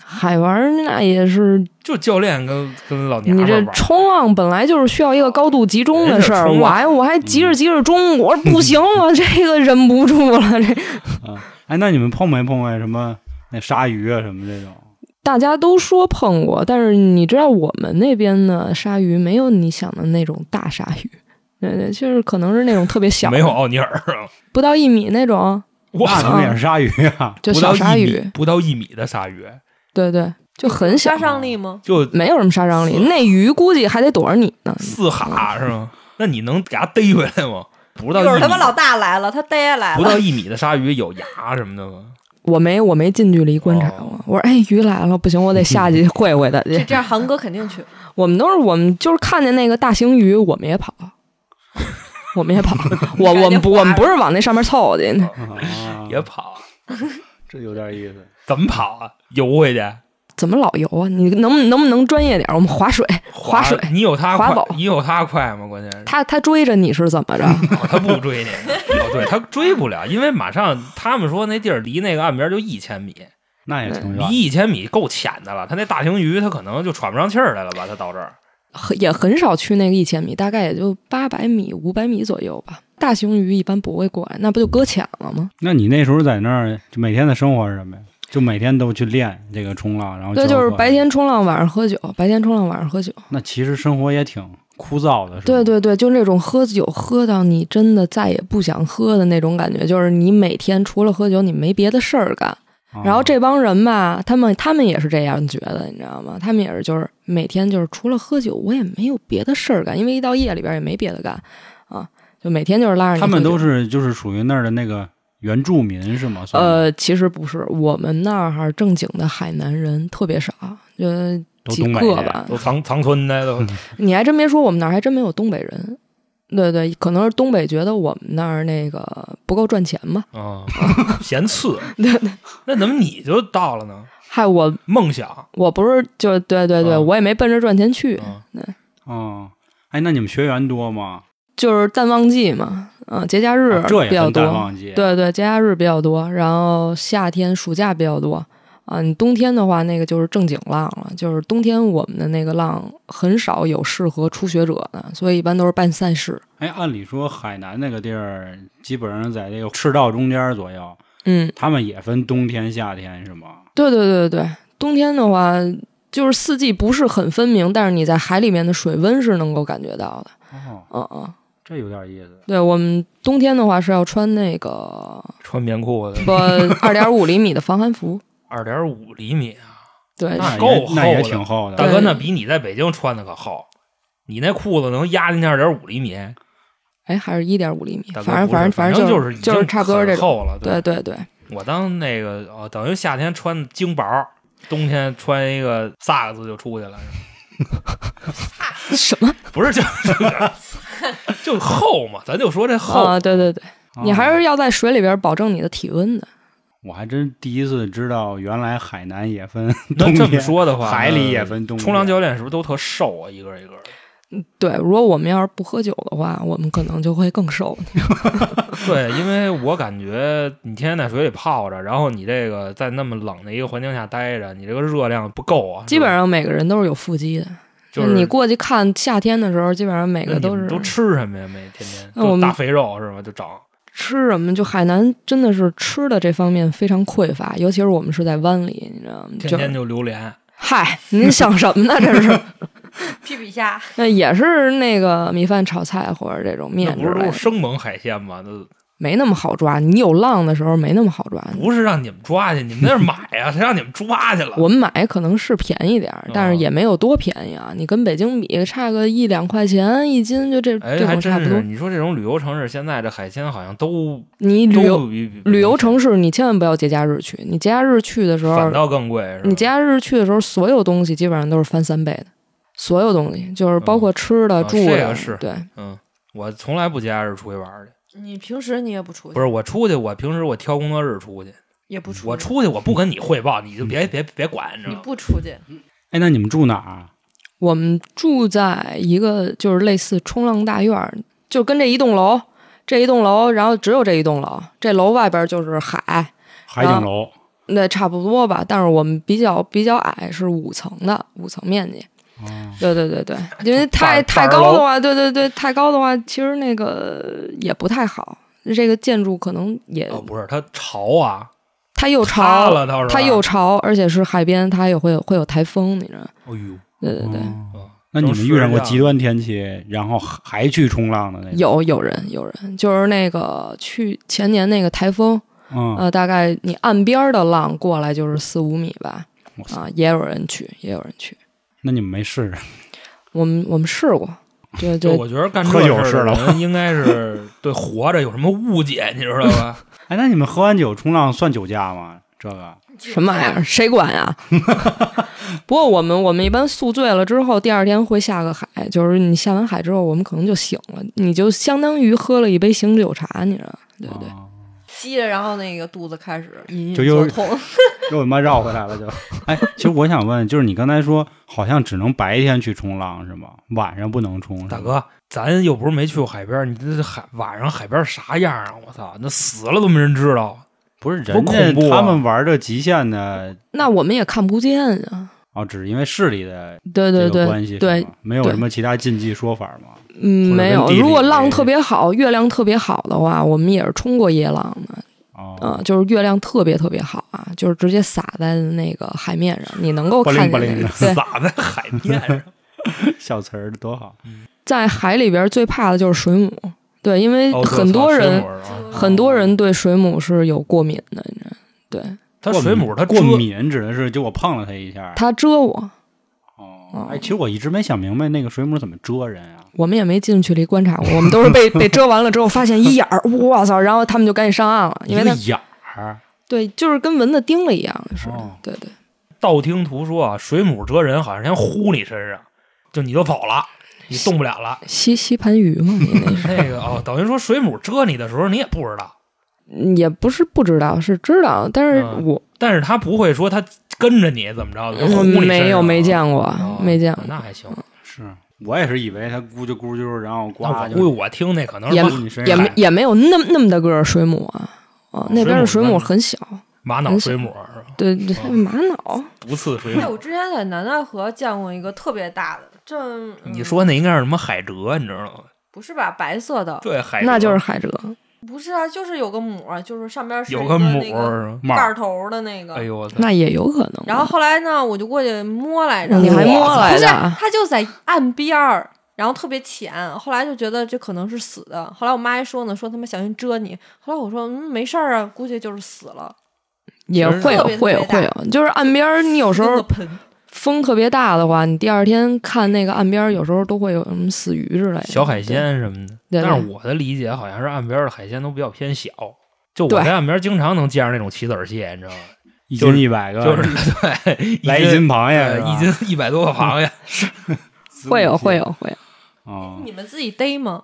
S3: 海玩儿，那也是
S2: 就教练跟跟老娘
S3: 你
S2: 们儿
S3: 这
S2: 玩儿。
S3: 冲浪本来就是需要一个高度集中的事
S2: 人家
S3: 儿，
S2: 冲
S3: 我
S2: 浪嗯
S3: 还我还急着急着冲，我说不 行了，这个忍不住了，这
S1: 哎，那你们碰没碰见什么那鲨鱼啊什么这种？
S3: 大家都说碰过，但是你知道我们那边的鲨鱼没有你想的那种大鲨鱼， 对对，就是可能是那种特别小，
S2: 没有奥尼尔，啊
S3: 不到一米那种，
S2: 我
S1: 那他们也是鲨鱼啊！
S3: 就
S2: 不
S3: 小
S2: 到
S3: 鲨
S2: 一
S3: 鱼
S2: 米，，不到一米的鲨鱼，
S3: 对对，就很小
S4: 杀，伤力吗？
S2: 就
S3: 没有什么杀伤
S2: 嗯
S3: 力。那鱼估计还得躲着你呢，
S2: 四
S3: 嗯
S2: 哈是吗？那你能给它逮回来吗？不到
S4: 一会儿
S2: 一
S4: 他妈老
S2: 米，
S4: 大来了，他逮 来
S2: 不
S4: 了，
S2: 到一米的鲨鱼有牙什么的吗？
S3: 我没我没近距离观
S2: 哦
S3: 察过。我说哎，鱼来了，不行，我得下 去会会它
S4: 这
S3: 去。
S4: 这样韩哥肯定去。
S3: 我们都是我们就是看见那个大型鱼，我们也跑。我们也跑，我我们不我们不是往那上面凑去，嗯
S1: 啊
S2: 也跑，
S1: 这有点意思。
S2: 怎么跑啊？游回去，
S3: 怎么老游啊？你能不能不能专业点儿？我们划水，
S2: 划
S3: 划水。
S2: 你有它
S3: 划
S2: 快
S3: 走，
S2: 你有它快吗？关键是
S3: 他他追着你是怎么着？
S2: 哦它不 追你，哦，对，它追不了，因为马上他们说那地儿离那个岸边就一千米，
S1: 那也挺
S2: 离
S1: 远，
S2: 一千米够浅的了。它那大型鱼，它可能就喘不上气儿来了吧？它到这儿，
S3: 很也很少去那个一千米，大概也就八百米、五百米左右吧。大型鱼一般不会过来，那不就搁浅了吗？
S1: 那你那时候在那儿，就每天的生活是什么呀？就每天都去练这个冲浪，然后
S3: 对，
S1: 交
S3: 就是
S1: 换
S3: 白。天冲浪，晚上喝酒；白天冲浪，晚上喝酒。
S1: 那其实生活也挺枯燥的是吧？
S3: 对对对，就那种喝酒喝到你真的再也不想喝的那种感觉，就是你每天除了喝酒，你没别的事儿干。
S1: 啊。
S3: 然后这帮人吧，他们他们也是这样觉得，你知道吗？他们也是就是每天就是除了喝酒，我也没有别的事儿干，因为一到夜里边也没别的干啊，就每天就是拉着你
S1: 他
S3: 喝酒。
S1: 们都是就是属于那儿的那个原住民是吗？算是，
S3: 呃，其实不是，我们那儿正经的海南人特别少，就
S1: 都
S3: 几
S1: 东北
S3: 个
S1: 人
S3: 吧。
S2: 都长长春的 都，
S3: 你还真别说，我们那儿还真没有东北人。对对，可能是东北觉得我们那儿那个不够赚钱 吧。
S2: 啊，嫌次。那怎么你就到了呢？
S3: 嗨，我
S2: 梦想，
S3: 我不是就对对对，
S2: 啊
S3: 我也没奔着赚钱去，
S2: 啊
S1: 哦，哎，那你们学员多吗？
S3: 就是淡旺季嘛，嗯，节假日
S1: 啊这也
S3: 比较
S1: 分
S3: 多，
S1: 淡旺季。，啊
S3: 对对，节假日比较多，然后夏天暑假比较多。啊，你冬天的话，那个就是正经浪了，就是冬天我们的那个浪很少有适合初学者的，所以一般都是办赛事。
S1: 哎，按理说海南那个地儿基本上在这个赤道中间左右，
S3: 嗯，
S1: 他们也分冬天夏天是吗？
S3: 对对对对，对，冬天的话就是四季不是很分明，但是你在海里面的水温是能够感觉到的。
S1: 哦，
S3: 嗯嗯，
S1: 这有点意思。
S3: 对我们冬天的话是要穿那个
S2: 穿棉裤的，
S3: 不二点五厘米的防寒服。
S2: 二点五厘米啊，
S3: 对，
S2: 那
S1: 那
S2: 够
S1: 也
S2: 厚
S1: 那也
S2: 的
S1: 挺厚的。
S2: 大
S3: 对
S2: 哥，那比你在北京穿的可厚。你那裤子能压进去二点五厘米，
S3: 哎，还是一点五厘米
S2: 大，哥
S3: 反正
S2: 不是
S3: 正
S2: 反
S3: 反正
S2: 就是已
S3: 就
S2: 经
S3: 差不多是
S2: 很
S3: 这种。
S2: 厚了。
S3: 对，对对，
S2: 我当那个哦，等于夏天穿精薄，冬天穿一个萨克斯就出去了，
S3: 什么
S2: 不是就就厚嘛？咱就说这厚，嗯
S3: 啊？对对对，
S1: 哦
S3: 你还是要在水里边保证你的体温的。
S1: 我还真第一次知道，原来海南也分
S2: 那
S1: 冬
S2: 这么
S1: 天
S2: 说的话，
S1: 海里也分冬
S2: 那
S1: 天。
S2: 冲浪教练是不是都特瘦啊？一个一个的。
S3: 对，如果我们要是不喝酒的话，我们可能就会更瘦。
S2: 嗯对，因为我感觉你天天在水里泡着，然后你这个在那么冷的一个环境下待着，你这个热量不够啊。
S3: 基本上每个人都是有腹肌的，
S2: 就是
S3: 你过去看夏天的时候，基本上每
S2: 那
S3: 个
S2: 你
S3: 都
S2: 们
S3: 是嗯
S2: 都吃什么呀？每天天
S3: 那我
S2: 都
S3: 们
S2: 大肥肉是吧？就整
S3: 吃什么，就海南真的是吃的这方面非常匮乏，尤其是我们是在湾里，你知道吗？
S2: 天天
S3: 就
S2: 就榴莲，
S3: 嗨，您想什么呢？这是
S4: 屁屁虾，
S3: 那也是那个米饭炒菜或者这种
S2: 那
S3: 面
S2: 不
S3: 之
S2: 是
S3: 类
S2: 都
S3: 的
S2: 是生猛海鲜吗？那
S3: 没那么好抓。你有浪的时候没那么好抓。
S2: 不是让你们抓去，你们那是买呀、谁让你们抓去了？
S3: 我们买可能是便宜点儿，
S2: 嗯
S3: 但是也没有多便宜啊。你跟北京比，差个一两块钱一斤，就这
S2: 哎，
S3: 这
S2: 还
S3: 种差
S2: 真
S3: 不
S2: 是，
S3: 多。
S2: 你说这种旅游城市，现在这海鲜好像都
S3: 你旅游
S2: 都比比
S3: 旅游城市，你千万不要节假日去。你节假日去的时候
S2: 反，倒更贵，是吧？
S3: 你节假日去的时候，所有东西基本上都是翻三倍的，所有东西就是包括吃的、
S2: 啊
S3: 住
S2: 这
S3: 的，
S2: 个是
S3: 对。
S2: 嗯，我从来不节假日出去玩儿去，
S4: 你平时你也不出去，
S2: 不是我出去，我平时我挑工作日出去，
S4: 也不出去，
S2: 我出去我不跟你汇报，你
S3: 嗯
S2: 就别别别管，哦你知
S4: 你
S2: 道吗？
S4: 不出去，
S1: 哎，那你们住哪儿啊？
S3: 我们住在一个就是类似冲浪大院儿，就跟这一栋楼，这一栋楼，然后只有这一栋楼，这楼外边就是海，
S1: 海
S3: 啊
S1: 景楼。
S3: 那差不多吧。但是我们比较比较矮，是五层的，五层面积。
S1: 哦
S3: 对对对对，因为
S2: 大
S3: 太太
S2: 大
S3: 高
S2: 楼
S3: 的话，对对对，太高的话，其实那个也不太好。这个建筑可能也，
S2: 哦，不是，它潮啊，
S3: 它又
S2: 塌
S3: 潮，
S2: 了倒是吧，
S3: 它又潮，而且是海边，它也会有会有台风，你知道？
S2: 哎呦，
S3: 对对对，
S1: 哦
S2: 嗯
S1: 那你们遇上过极？
S2: 都是这样
S1: 端天气，然后还还去冲浪的那种？
S3: 有有人有人，就是那个去前年那个台风，
S1: 嗯，
S2: 哦
S3: 呃，大概你岸边的浪过来就是四五米吧，
S1: 哇塞
S3: 啊、也有人去，也有人去，
S1: 那你们没啊试试？
S3: 我们我们试过，对
S2: 就
S3: 对
S2: 我觉得干这
S1: 喝
S2: 事
S1: 酒
S2: 儿
S1: 是
S2: 的
S1: 了
S2: 人应该是对活着有什么误解，你知道 吧？
S1: 哎，那你们喝完酒冲浪算酒驾吗？这个
S3: 什么玩意儿？谁 管呀？不过我们我们一般宿醉了之后，第二天会下个海，就是你下完海之后，我们可能就醒了，你就相当于喝了一杯醒酒茶，你知道？对对，
S1: 哦
S4: 吸着，然后那个肚子开始隐隐
S1: 就又
S4: 作痛，
S1: 又他妈绕回来了就。哎，其实我想问，就是你刚才说好像只能白天去冲浪是吗？晚上不能冲是吗？
S2: 大哥，咱又不是没去过海边儿，你这海晚上海边儿啥样啊？我操，那死了都没人知道。
S1: 不是
S2: 多
S1: 人
S2: 恐怖
S1: 家
S2: 啊
S1: 他们玩这极限的
S3: 那我们也看不见啊。
S1: 哦，只是因为视力的
S3: 对对
S1: 这
S3: 对
S1: 个关系是
S3: 对
S1: 吗，没有
S3: 对
S1: 什么其他禁忌说法吗？
S3: 嗯，
S1: 或者
S3: 没
S1: 跟
S3: 有。
S1: 地
S3: 如
S1: 理
S3: 果
S1: 这
S3: 浪
S1: 些
S3: 特别好，月亮特别好的话，我们也是冲过夜浪的。嗯、
S1: 哦，
S3: 就是月亮特别特别好啊，就是直接洒在那个海面上，你能够
S1: 不灵
S3: 看见
S1: 不
S3: 那
S1: 灵
S3: 个。对
S2: 撒在海面上，
S1: 小词儿多好。
S3: 在海里边最怕的就是水母，对，因为
S2: 哦对
S3: 很多
S2: 操水
S3: 人、
S2: 母儿啊
S3: 很多人对水母是有过敏的，你知道？对，
S2: 它水母它
S1: 过
S2: 蛰
S1: 敏指的是就我碰了它一下。
S3: 它蛰我，
S2: 嗯
S1: 哦，哎，其实我一直没想明白那个水母怎么蛰人啊。
S3: 我们也没近距离观察过，我们都是被 被蛰完了之后发现一眼儿，哇操！然后他们就赶紧上岸了，因为
S1: 一个
S3: 它
S1: 眼儿，
S3: 对，就是跟蚊子叮了一样，是的，
S1: 哦
S3: 对对。
S2: 道听途说啊，水母蜇人好像先呼你身上，就你都走了，你动不了了。
S3: 吸吸盘鱼嘛，你那是
S2: 那个哦，等于说水母蛰你的时候你也不知道，
S3: 嗯也不是不知道，是知道，但是
S2: 嗯
S3: 我、
S2: 但是它不会说它跟着你怎么着，就呼你身上
S3: 嗯没有没见过，
S2: 啊哦
S3: 没见过，
S2: 那还行。
S1: 是我也是以为它咕啾咕啾，然后
S2: 那
S1: 呱
S2: 我
S1: 就
S2: 估计我听那可能是
S3: 也
S2: 妈
S1: 咕你身
S3: 也
S1: 上
S3: 没。也没有那么那么大个儿水母啊，啊，那边的
S2: 水
S3: 水母
S2: 母哦
S3: 很小，
S2: 玛瑙水母是吧？
S3: 对对，玛瑙，
S2: 毒刺水
S4: 哎，
S2: 母。
S4: 我之前在南戴河见过一个特别大的，这、嗯
S2: 你说那应该是什么海蜇，你知道吗？
S4: 不是吧？白色的
S2: 对，海蜇
S3: 那就是海蜇，
S4: 不是啊，就是有个母儿，就是上边是
S2: 有
S4: 一
S2: 个
S4: 个
S2: 母
S4: 那
S2: 儿是吧
S1: 帽
S4: 盖
S1: 儿
S4: 儿头的那个。
S2: 哎呦我操！
S3: 那也有可能。
S4: 然后后来呢，我就过去摸来着，
S3: 嗯你还摸
S4: 哇
S3: 来着啊
S4: 不是，它就在岸边儿，然后特别浅。后来就觉得这可能是死的。后来我妈还说呢，说他妈小心蛰你。后来我说嗯没事儿啊，估计就是死了。
S3: 也
S2: 其实
S3: 会有
S4: 特别
S3: 会有
S4: 特别
S3: 会有，就是岸边儿你有时
S4: 扔个
S3: 候
S4: 盆，
S3: 风特别大的话，你第二天看那个岸边儿有时候都会有什么死鱼之类的
S2: 小海，鲜什么的。
S3: 对对
S2: 但是我的理解好像是岸边的海鲜都比较偏小，就我
S3: 对
S2: 在岸边经常能见着那种棋子儿蟹，你知道吗？
S1: 一
S2: 就是
S1: 斤一百个，
S2: 就是 对，
S1: 来一斤螃蟹
S2: 呃
S1: 是吧，
S2: 一斤一百多个 螃蟹，
S3: 对会有会有会有，
S1: 哦
S4: 你们自己逮吗？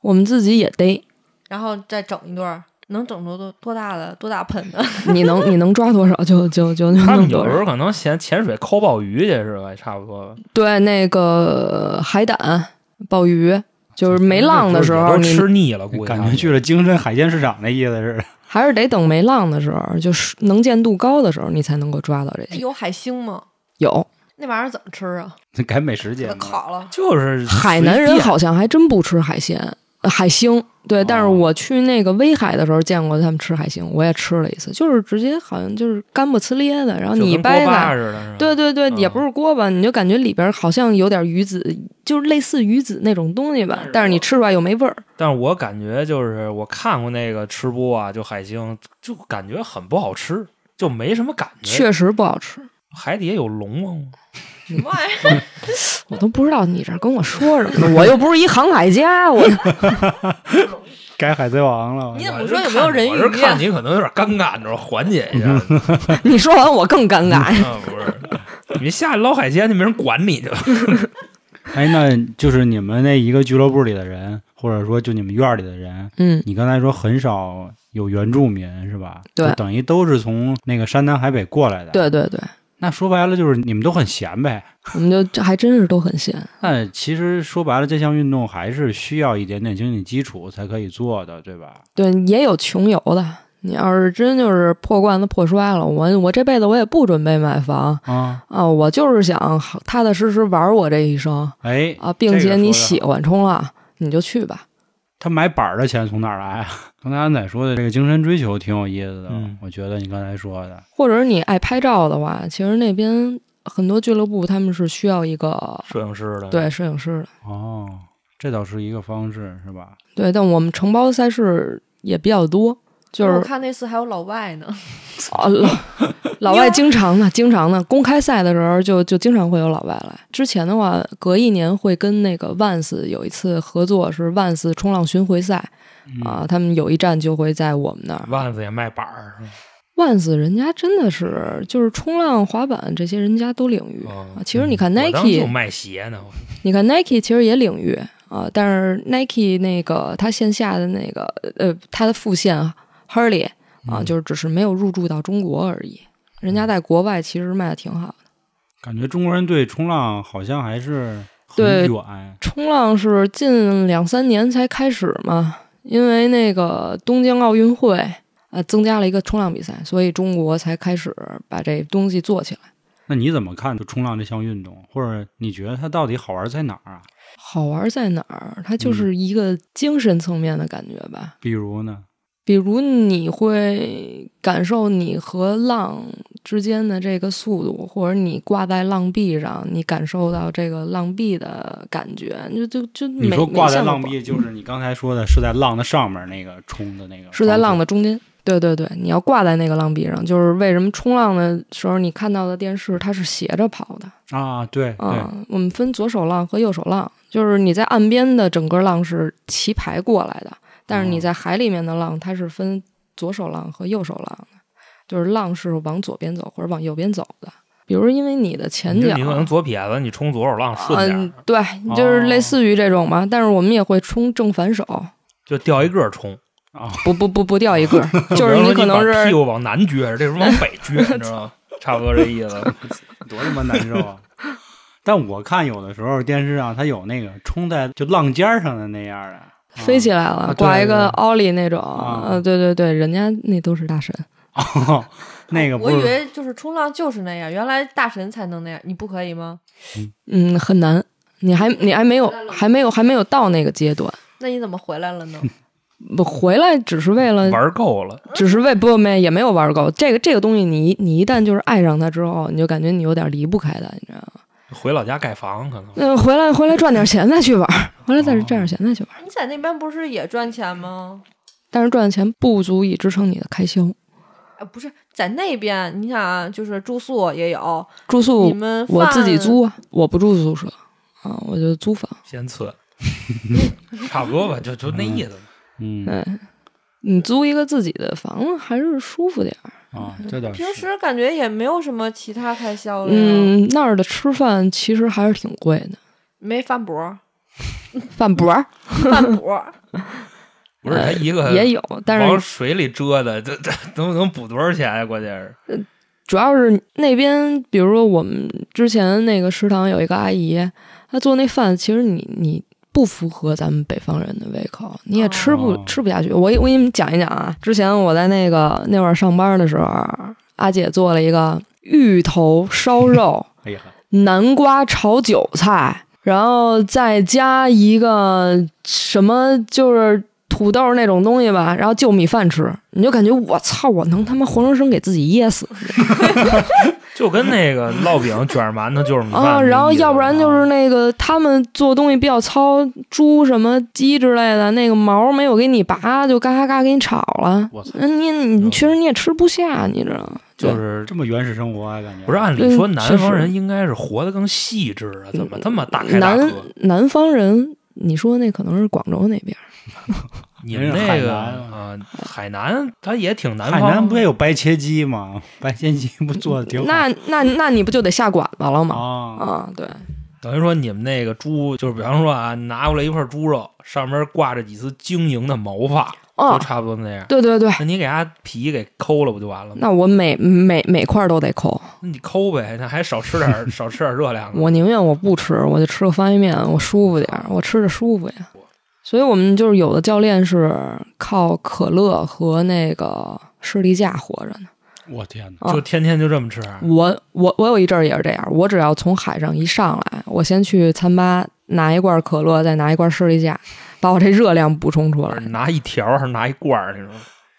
S3: 我们自己也逮，
S4: 然后再整一对儿，能整出多多大的多大盆的？
S3: 你能你能抓多少就就就
S2: 他
S3: 弄
S2: 们有
S3: 多
S2: 时
S3: 少。
S2: 候可能潜潜水抠鲍鱼去是吧？差不多吧。
S3: 对，那个海胆、鲍鱼，就是没浪的时
S2: 就
S3: 候
S2: 是
S3: 你
S2: 都吃腻了，估计
S1: 感觉去了精深海鲜市场那意思是，
S3: 还是得等没浪的时候，就是能见度高的时候，你才能够抓到这些。
S4: 有海星吗？
S3: 有
S4: 那玩意儿怎么吃啊？
S1: 改美食节
S4: 给它
S1: 目，
S4: 烤了。
S2: 就是
S3: 海南人
S2: 随便
S3: 好像还真不吃海鲜，呃海星。对，但是
S2: 哦
S3: 我去那个威海的时候见过他们吃海星，我也吃了一次，就是直接好像就是干不呲咧的，然后
S2: 就
S3: 你
S2: 跟
S3: 一
S2: 锅
S3: 掰
S2: 巴
S3: 开，
S2: 似的，是吧
S3: 对对对，
S2: 嗯
S3: 也不是锅巴，你就感觉里边好像有点鱼子，就是类似鱼子那种东西吧，但是你吃出来又没味儿。
S2: 但是我感觉就是我看过那个吃播啊，就海星，就感觉很不好吃，就没什么感觉。
S3: 确实不好吃。
S2: 海底下有龙吗？
S4: 什么玩意儿？
S3: 我都不知道你这儿跟我说什 么呢，我又不是一航海家，我
S1: 改海贼王了。
S4: 你
S1: 我
S4: 怎
S1: 操
S4: 么说有没有人
S2: 我是
S4: 鱼
S2: 看
S4: 啊？
S2: 你可能有点尴尬，你知道吗缓解 一下。
S3: 你说完我更尴尬。
S2: 嗯，不是，你下去捞海鲜，就没人管你去了。
S1: 哎，那就是你们那一个俱乐部里的人，或者说就你们院儿里的人，
S3: 嗯，
S1: 你刚才说很少有原住民是吧？
S3: 对
S1: 就等于都是从那个山南海北过来的。，
S3: 对对对，
S1: 那说白了就是你们都很闲呗。
S3: 我们就这还真是都很闲。
S1: 那其实说白了，这项运动还是需要一点点经济基础才可以做的，对吧？
S3: 对，也有穷游的。你要是真就是破罐子破摔了，我我这辈子我也不准备买房
S1: 啊，
S3: 啊，我就是想好踏踏实实玩我这一生
S1: 哎，
S3: 啊，并
S1: 这个
S3: 且
S1: 说
S3: 你
S1: 得
S3: 喜欢冲浪，你就去吧。
S1: 他买板儿的钱从哪儿来啊？ 刚才安仔说的这个精神追求挺有意思的，
S2: 嗯
S1: 我觉得你刚才说的，
S3: 或者你爱拍照的话，其实那边很多俱乐部他们是需要一
S1: 嗯
S3: 个
S2: 摄影师的，
S3: 对摄影师的，
S1: 哦，这倒是一个方式，是吧？
S3: 对，但我们承包赛事也比较多，就
S4: 我
S3: 是
S4: 看那次还有老外呢。
S3: 啊，老 老外经常的，经常的，公开赛的时候就就经常会有老外来。之前的话，隔一年会跟那个 Vans 有一次合作，是 Vans 冲浪巡回赛
S2: 嗯
S3: 啊，他们有一站就会在我们那儿。
S2: 腕子也卖板儿。是吧
S3: Vans 人家真的是就是冲浪、滑板这些人家都领域
S2: 哦
S3: 啊。其实你看
S2: 我当时就
S3: Nike，
S2: 卖鞋呢，我
S3: 你看 Nike 其实也领域啊，但是 Nike 那个它线下的那个呃，它的副线 Hurley 啊，就是只是没有入驻到中国而已。人家在国外其实卖的挺好的。
S1: 感觉中国人对冲浪好像还是很
S3: 对
S1: 远，
S3: 冲浪是近两三年才开始嘛，因为那个东京奥运会呃增加了一个冲浪比赛，所以中国才开始把这东西做起来。
S1: 那你怎么看就冲浪这项运动，或者你觉得它到底好玩在哪儿啊？
S3: 好玩在哪儿？它就是一个精神层面的感觉吧。
S1: 比如呢？
S3: 比如你会感受你和浪之间的这个速度，或者你挂在浪壁上，你感受到这个浪壁的感觉，就就就每
S1: 你说挂在
S3: 每项
S1: 浪
S3: 目
S1: 壁，就是你刚才说的是在浪的上面那个冲的那个，
S3: 是在浪的中间。对对对，你要挂在那个浪壁上，就是为什么冲浪的时候你看到的电视它是斜着跑的
S1: 啊，对对
S3: 啊、我们分左手浪和右手浪，就是你在岸边的整个浪是齐排过来的，但是你
S1: 哦
S3: 在海里面的浪它是分左手浪和右手浪的，就是浪是往左边走或者往右边走的。比如因为你的前
S2: 你
S3: 脚，啊
S2: 你可能左撇子，你冲左手浪顺点
S3: 嗯
S2: 儿，，
S3: 对，就是类
S1: 哦
S3: 似于这种吧。但是我们也会冲正反手，
S2: 就掉一个儿冲。
S1: 啊，
S3: 不不不不掉一个儿， 就是
S2: 比如说
S3: 你
S2: 你
S3: 可能
S2: 把
S3: 是
S2: 屁股往南撅，这是往北撅，你知道吗？差不多这意思。
S1: 多他妈难受啊！ 但我看有的时候电视上它有那个冲在就浪尖儿上的那样的，
S3: 飞起来了，
S1: 啊对
S3: 挂一
S1: 对
S3: 个奥利那种，
S1: 啊
S3: 呃，对对对，人家那都是大神，
S1: 哦， 那个
S4: 我
S1: 不
S4: 以
S1: 是
S4: 为就是冲浪就是那样，原来大神才能那样，你不可以吗？
S3: 嗯，很难，你还你还没有还没有还没有到那个阶段，
S4: 那你怎么回来了呢？
S3: 不回来只是为了，
S2: 玩够了，
S3: 只是为不没也没有玩够，这个这个东西你一你一旦就是爱上它之后，你就感觉你有点离不开它，你知道吗？
S2: 回老家盖房可能。
S3: 那回来回来赚点钱再去玩儿，回来再
S1: 哦
S3: 赚点钱再去玩儿，
S4: 你在那边不是也赚钱吗？
S3: 但是赚的钱不足以支撑你的开销，
S4: 啊，不是在那边，你想啊，就是住宿也有，
S3: 住
S4: 你
S3: 宿
S4: 们
S3: 我
S4: 饭
S3: 自己，租啊，我不住宿舍啊，我就租房。
S2: 先寸，差不多吧，就就那意思。
S1: 嗯
S3: 对，你租一个自己的房子还是舒服点儿。
S1: 啊，这倒是
S4: 平时感觉也没有什么其他开销了呀，
S3: 嗯，那儿的吃饭其实还是挺贵的，
S4: 没饭补儿，
S3: 饭博儿
S4: 饭补 儿，
S2: 不是他一个
S3: 呃也有，但
S2: 往
S3: 是
S2: 水里折的，这这能能补多少钱呀？关键是
S3: 主要是那边，比如说我们之前那个食堂有一个阿姨，她做那饭，其实你你。不符合咱们北方人的胃口，你也吃不、
S1: 哦
S3: 吃不下去。我给我给你们讲一讲啊，之前我在那个那会儿上班的时候，阿姐做了一个芋头烧肉，
S1: 哎呀，
S3: 南瓜炒韭菜，然后再加一个什么就是土豆那种东西吧，然后就米饭吃，你就感觉我操，我能他妈活生生给自己噎死
S2: 就跟那个烙饼、卷儿馒头就是米饭啊
S3: 啊！
S2: 那意思
S3: 然后要不然就是那个他们做东西比较糙，猪什么鸡之类的，那个毛没有给你拔，就嘎嘎嘎给你炒了
S1: 我操。
S3: 嗯，你你确实你也吃不下，你知道吗？
S2: 就是
S1: 这么原始生活啊，感觉
S2: 不是按理说
S3: 嗯
S2: 南方
S3: 确实嗯
S2: 人应该是活得更细致啊？怎么这么大开大
S3: 南
S2: 合？
S3: 南方人，你说那可能是广州那边。
S2: 你们那
S1: 海
S2: 个
S1: 南
S2: 啊，海南它也挺南
S1: 海
S2: 方，
S1: 南不也有白切鸡吗？白切鸡不做的挺好
S3: 那那那你不就得下馆子了吗？
S2: 哦
S1: 啊，
S3: 啊，对，
S2: 等于说你们那个猪，就是比方说啊，拿过来一块猪肉，上面挂着几丝晶莹的毛发，就
S3: 哦，
S2: 差不嗯多那样。
S3: 对对对，
S2: 那你给它皮给抠了不就完了吗？
S3: 那我每每每块都得抠，
S2: 那你抠呗，那还少吃点 儿少吃点儿热量呢。
S3: 我宁愿我不吃，我就吃个方便面，我舒服点儿，我吃着舒服呀。所以我们就是有的教练是靠可乐和那个士力架活着呢。
S1: 我天哪！
S3: 啊
S2: 就天天就这么吃，啊
S3: 我我我有一阵儿也是这样，我只要从海上一上来，我先去餐吧拿一罐可乐，再拿一罐士力架，把我这热量补充出来。
S2: 拿一条儿还是拿一罐儿那种？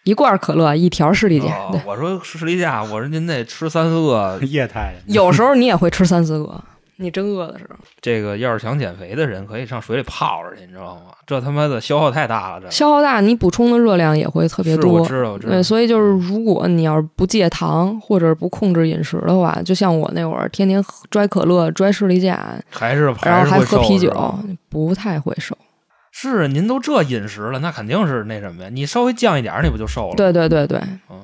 S3: 一罐可乐，一条士力架，对
S2: 哦。我说士力架，我说您得吃三四个。
S1: 液态的
S3: 有时候你也会吃三四个，你真饿的时候。
S2: 这个要是想减肥的人，可以上水里泡着去，你知道吗？这他妈的消耗太大了，这
S3: 消耗大，你补充的热量也会特别
S2: 是我
S3: 多。
S2: 知道，我知道。
S3: 对，所以就是如果你要是不戒糖或者不控制饮食的话，就像我那会儿天天喝拽可乐、拽士力架，
S2: 还是
S3: 然后
S2: 是会
S3: 喝
S2: 瘦
S3: 啤酒
S2: 是吧，
S3: 不太会瘦。
S2: 是您都这饮食了，那肯定是那什么呀？你稍微降一点儿，你不就瘦了？，
S3: 对对对对，
S2: 嗯，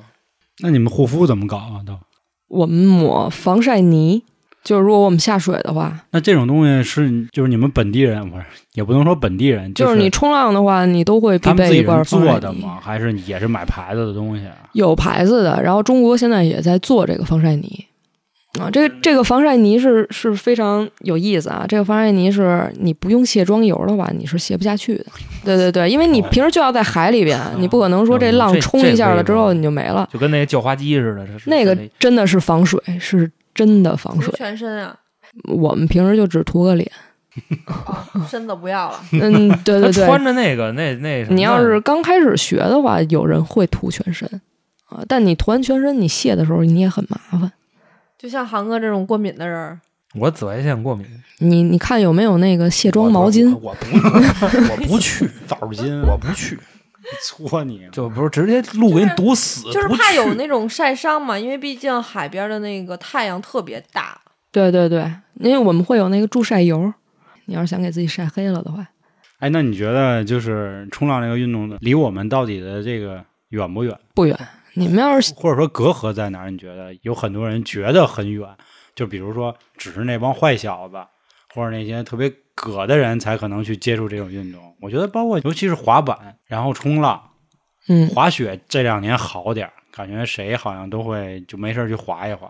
S1: 那你们护肤怎么搞啊？都
S3: 我们抹防晒泥，就是如果我们下水的话，
S1: 那这种东西是就是你们本地人，不是也不能说本地人，
S3: 就是是你冲浪的话，你都会必
S1: 他们自
S3: 备
S1: 己
S3: 一罐
S1: 人
S3: 防晒
S1: 做的
S3: 泥。
S1: 吗？还是你也是买牌子的东西啊？
S3: 有牌子的，然后中国现在也在做这个防晒泥啊。
S2: 嗯
S3: 这个这个防晒泥是是非常有意思啊。这个防晒泥是你不用卸妆油的话，你是卸不下去的。对对对，因为你
S2: 哦
S3: 平时就要在海里边，你不可能说这浪
S2: 这
S3: 冲一下了之
S2: 这可
S3: 后
S2: 以吗
S3: 你就没了。
S2: 就跟那个叫花鸡似的，这是
S3: 那个
S2: 是
S3: 真的是防水，是真的防
S4: 涂
S3: 水。
S4: 全身啊，
S3: 我们平时就只涂个脸，
S4: 哦身子不要了。
S3: 嗯，对
S2: 他
S3: 对对，
S2: 穿着那个那那什么的
S3: 你要是刚开始学的话，有人会涂全身啊，但你涂完全身，你卸的时候你也很麻烦。
S4: 就像韩哥这种过敏的人儿，
S2: 我紫外线过敏，
S3: 你你看有没有那个
S1: 啊
S3: 卸妆毛巾？
S2: 我不我 不去，
S1: 枣筋，
S2: 我不去，
S1: 搓你，啊
S2: 就不是直接路给你堵
S1: 呃
S2: 死，
S4: 就是
S2: 不
S4: 怕
S2: 去
S4: 有那种晒伤嘛，因为毕竟海边的那个太阳特别大。
S3: 对对对，因为我们会有那个助晒油，你要是想给自己晒黑了的话，
S1: 哎，那你觉得就是冲浪这个运动的，离我们到底的这个远不远，
S3: 不远。你们要是
S1: 或者说隔阂在哪儿？你觉得有很多人觉得很远，就比如说只是那帮坏小子，或者那些特别葛的人才可能去接触这种运动。我觉得包括尤其是滑板，然后冲浪、
S3: 嗯，
S1: 滑雪这两年好点儿，感觉谁好像都会就没事儿去滑一滑，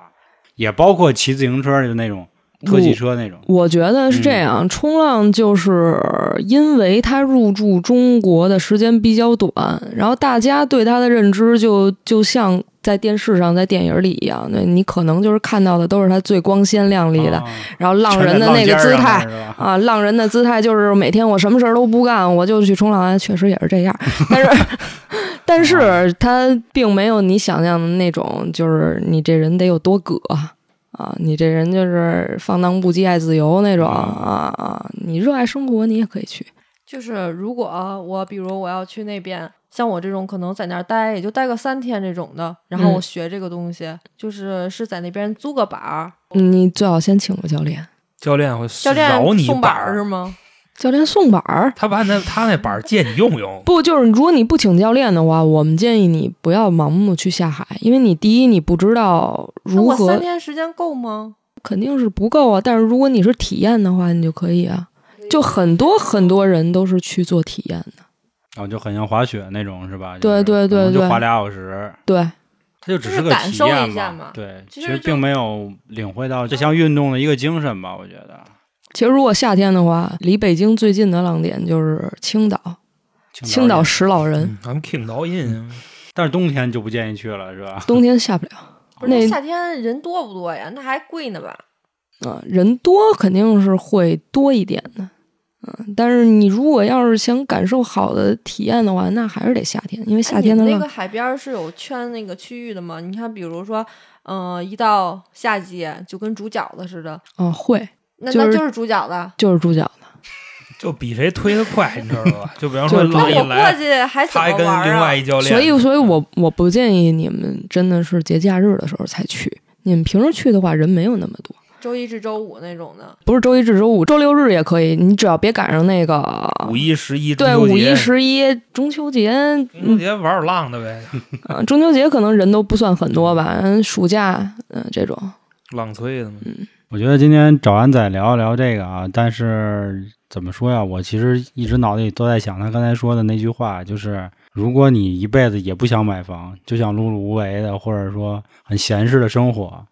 S1: 也包括骑自行车就那种特技车那种。
S3: 我觉得是这
S1: 嗯
S3: 样，冲浪就是因为它入驻中国的时间比较短，然后大家对它的认知就就像在电视上、在电影里一样，那你可能就是看到的都是它最光鲜亮丽的，
S1: 啊
S3: 然后浪人的那个姿态，
S1: 全在浪尖儿上是吧
S3: 啊，浪人的姿态就是每天我什么事儿都不干，我就去冲浪，哎确实也是这样，但是但
S4: 嗯
S3: 是他并没有你想象的那种，就是你这人得有多葛啊，你这人就是放荡不羁、爱自由那
S4: 嗯
S3: 种啊啊，你热爱生活，你也可以去，
S4: 就是如果啊我比如我要去那边，像我这种可能在那儿待也就待个三天这种的，然后
S3: 嗯
S4: 我学这个东西，就是是在那边租个板儿，
S3: 你最好先请个教练，
S2: 教练会
S4: 教练
S2: 饶你
S4: 送
S2: 板
S4: 儿是吗？
S3: 教练送板儿。
S2: 他把那他那板儿借你用 用，
S3: 不，就是如果你不请教练的话，我们建议你不要盲目去下海，因为你第一你不知道
S4: 那
S3: 如
S4: 我
S3: 何
S4: 三天时间够吗？
S3: 肯定是不够啊。但是如果你是体验的话，你就可以啊。就很多很多人都是去做体验的，
S1: 然哦后就很像滑雪那种是吧？
S3: 对
S1: 就是
S3: 对对
S1: 可能就
S3: 对
S1: 滑俩小时，
S3: 对
S1: 它就只个
S4: 就是感
S1: 体
S4: 受
S1: 验
S4: 一下嘛
S1: 对，
S4: 其
S1: 其
S4: 实
S1: 实
S4: 就嗯
S1: 并没有领会到这项运动的一个精神吧，我觉得。
S3: 其实如果夏天的话，离北京最近的浪点就是青岛，青岛
S1: 也，
S3: 石老人，
S2: 嗯咱们 King 导引
S1: 但是冬天就不建议去了，是吧？
S3: 冬天下不了。
S4: 不是那
S3: 那
S4: 夏天人多不多呀？那还贵呢吧？
S3: 啊、人多肯定是会多一点的，嗯、但是你如果要是想感受好的体验的话，那还是得夏天，因为
S4: 哎
S3: 夏天的
S4: 你
S3: 浪、
S4: 们那个海边儿是有圈那个区域的吗？你看，比如说，嗯、一到夏季就跟煮饺子似的，
S3: 啊会
S4: 那、
S3: 就是
S4: 那就是煮饺子。
S3: 就是猪脚。
S2: 就比谁推的快，你知道吧？就 比方说
S3: 就
S4: 那
S2: 浪一
S4: 我过
S2: 来，
S4: 去还怎
S2: 他还
S4: 么
S2: 跟
S4: 玩
S2: 另
S4: 啊
S2: 外？一教练，
S3: 所以，所以我我不建议你们真的是节假日的时候才去。你们平时去的话，人没有那么多，
S4: 周一至周五那种的，
S3: 不是周一至周五，周六日也可以。你只要别赶上那个
S2: 五一、十一，
S3: 对
S2: 中秋
S3: 五一、
S2: 节
S3: 十一、中秋节，
S2: 中秋
S3: 嗯、
S2: 节玩儿浪的 呗，
S3: 啊中秋节可能人都不算很多吧。嗯暑假，嗯、这种
S2: 浪催的嘛。
S1: 我觉得今天找安仔聊一聊这个啊，但是怎么说呀？我其实一直脑子里都在想他刚才说的那句话，就是如果你一辈子也不想买房，就想碌碌无为的，或者说很闲适的生活，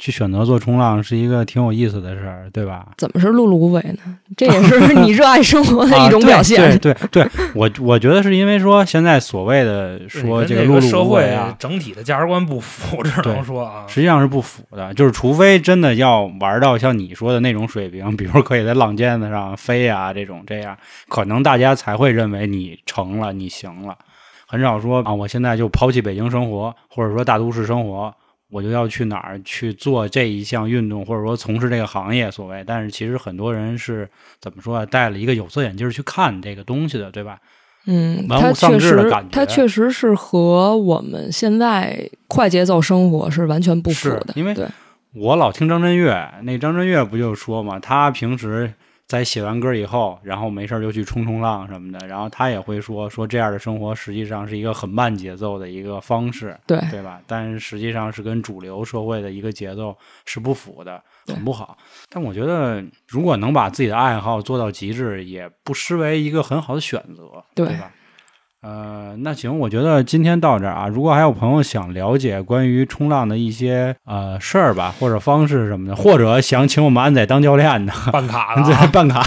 S1: 去选择做冲浪是一个挺有意思的事儿，对吧？
S3: 怎么是碌碌无为呢？这也是你热爱生活的 一种
S1: 啊对
S3: 表现。
S1: 对对对，我我觉得是因为说现在所谓的说
S2: 这
S1: 这个碌
S2: 个
S1: 碌
S2: 社
S1: 无
S2: 会
S1: 为啊，
S2: 整体的价值观不符，只能
S1: 对
S2: 说啊，
S1: 实际上是不符的。就是除非真的要玩到像你说的那种水平，比如可以在浪尖子上飞啊这种这样，可能大家才会认为你成了，你行了。很少说啊，我现在就抛弃北京生活，或者说大都市生活，我就要去哪儿去做这一项运动，或者说从事这个行业所谓。但是其实很多人是怎么说啊，戴了一个有色眼镜去看这个东西的，对吧？
S3: 嗯，
S1: 玩
S3: 它
S1: 物丧
S3: 确
S1: 志的
S3: 实
S1: 感，
S3: 它
S1: 觉
S3: 确实是和我们现在快节奏生活是完全不
S1: 是
S3: 符的，
S1: 因为
S3: 对
S1: 我老听张震岳，那张震岳不就说嘛，他平时在写完歌以后，然后没事儿就去冲冲浪什么的，然后他也会说说这样的生活实际上是一个很慢节奏的一个方式，
S3: 对
S1: 对吧？但是实际上是跟主流社会的一个节奏是不符的，
S3: 对
S1: 很不好。但我觉得，如果能把自己的爱好做到极致，也不失为一个很好的选择，对
S3: 对
S1: 吧？呃，那行，我觉得今天到这儿啊。如果还有朋友想了解关于冲浪的一些呃事儿吧，或者方式什么的，或者想请我们安仔当教练的，
S2: 办 卡
S1: 安
S2: 的
S1: 仔
S2: 啊
S1: 办卡，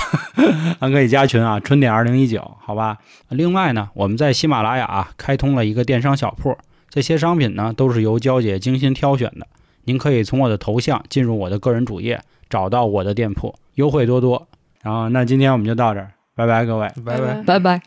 S1: 安可以加群啊，春点二零一九，好吧？另外呢，我们在喜马拉雅啊开通了一个电商小铺，这些商品呢都是由娇姐精心挑选的，您可以从我的头像进入我的个人主页，找到我的店铺，优惠多多。然后那今天我们就到这儿，拜拜各位。
S2: 拜拜。
S3: 拜拜。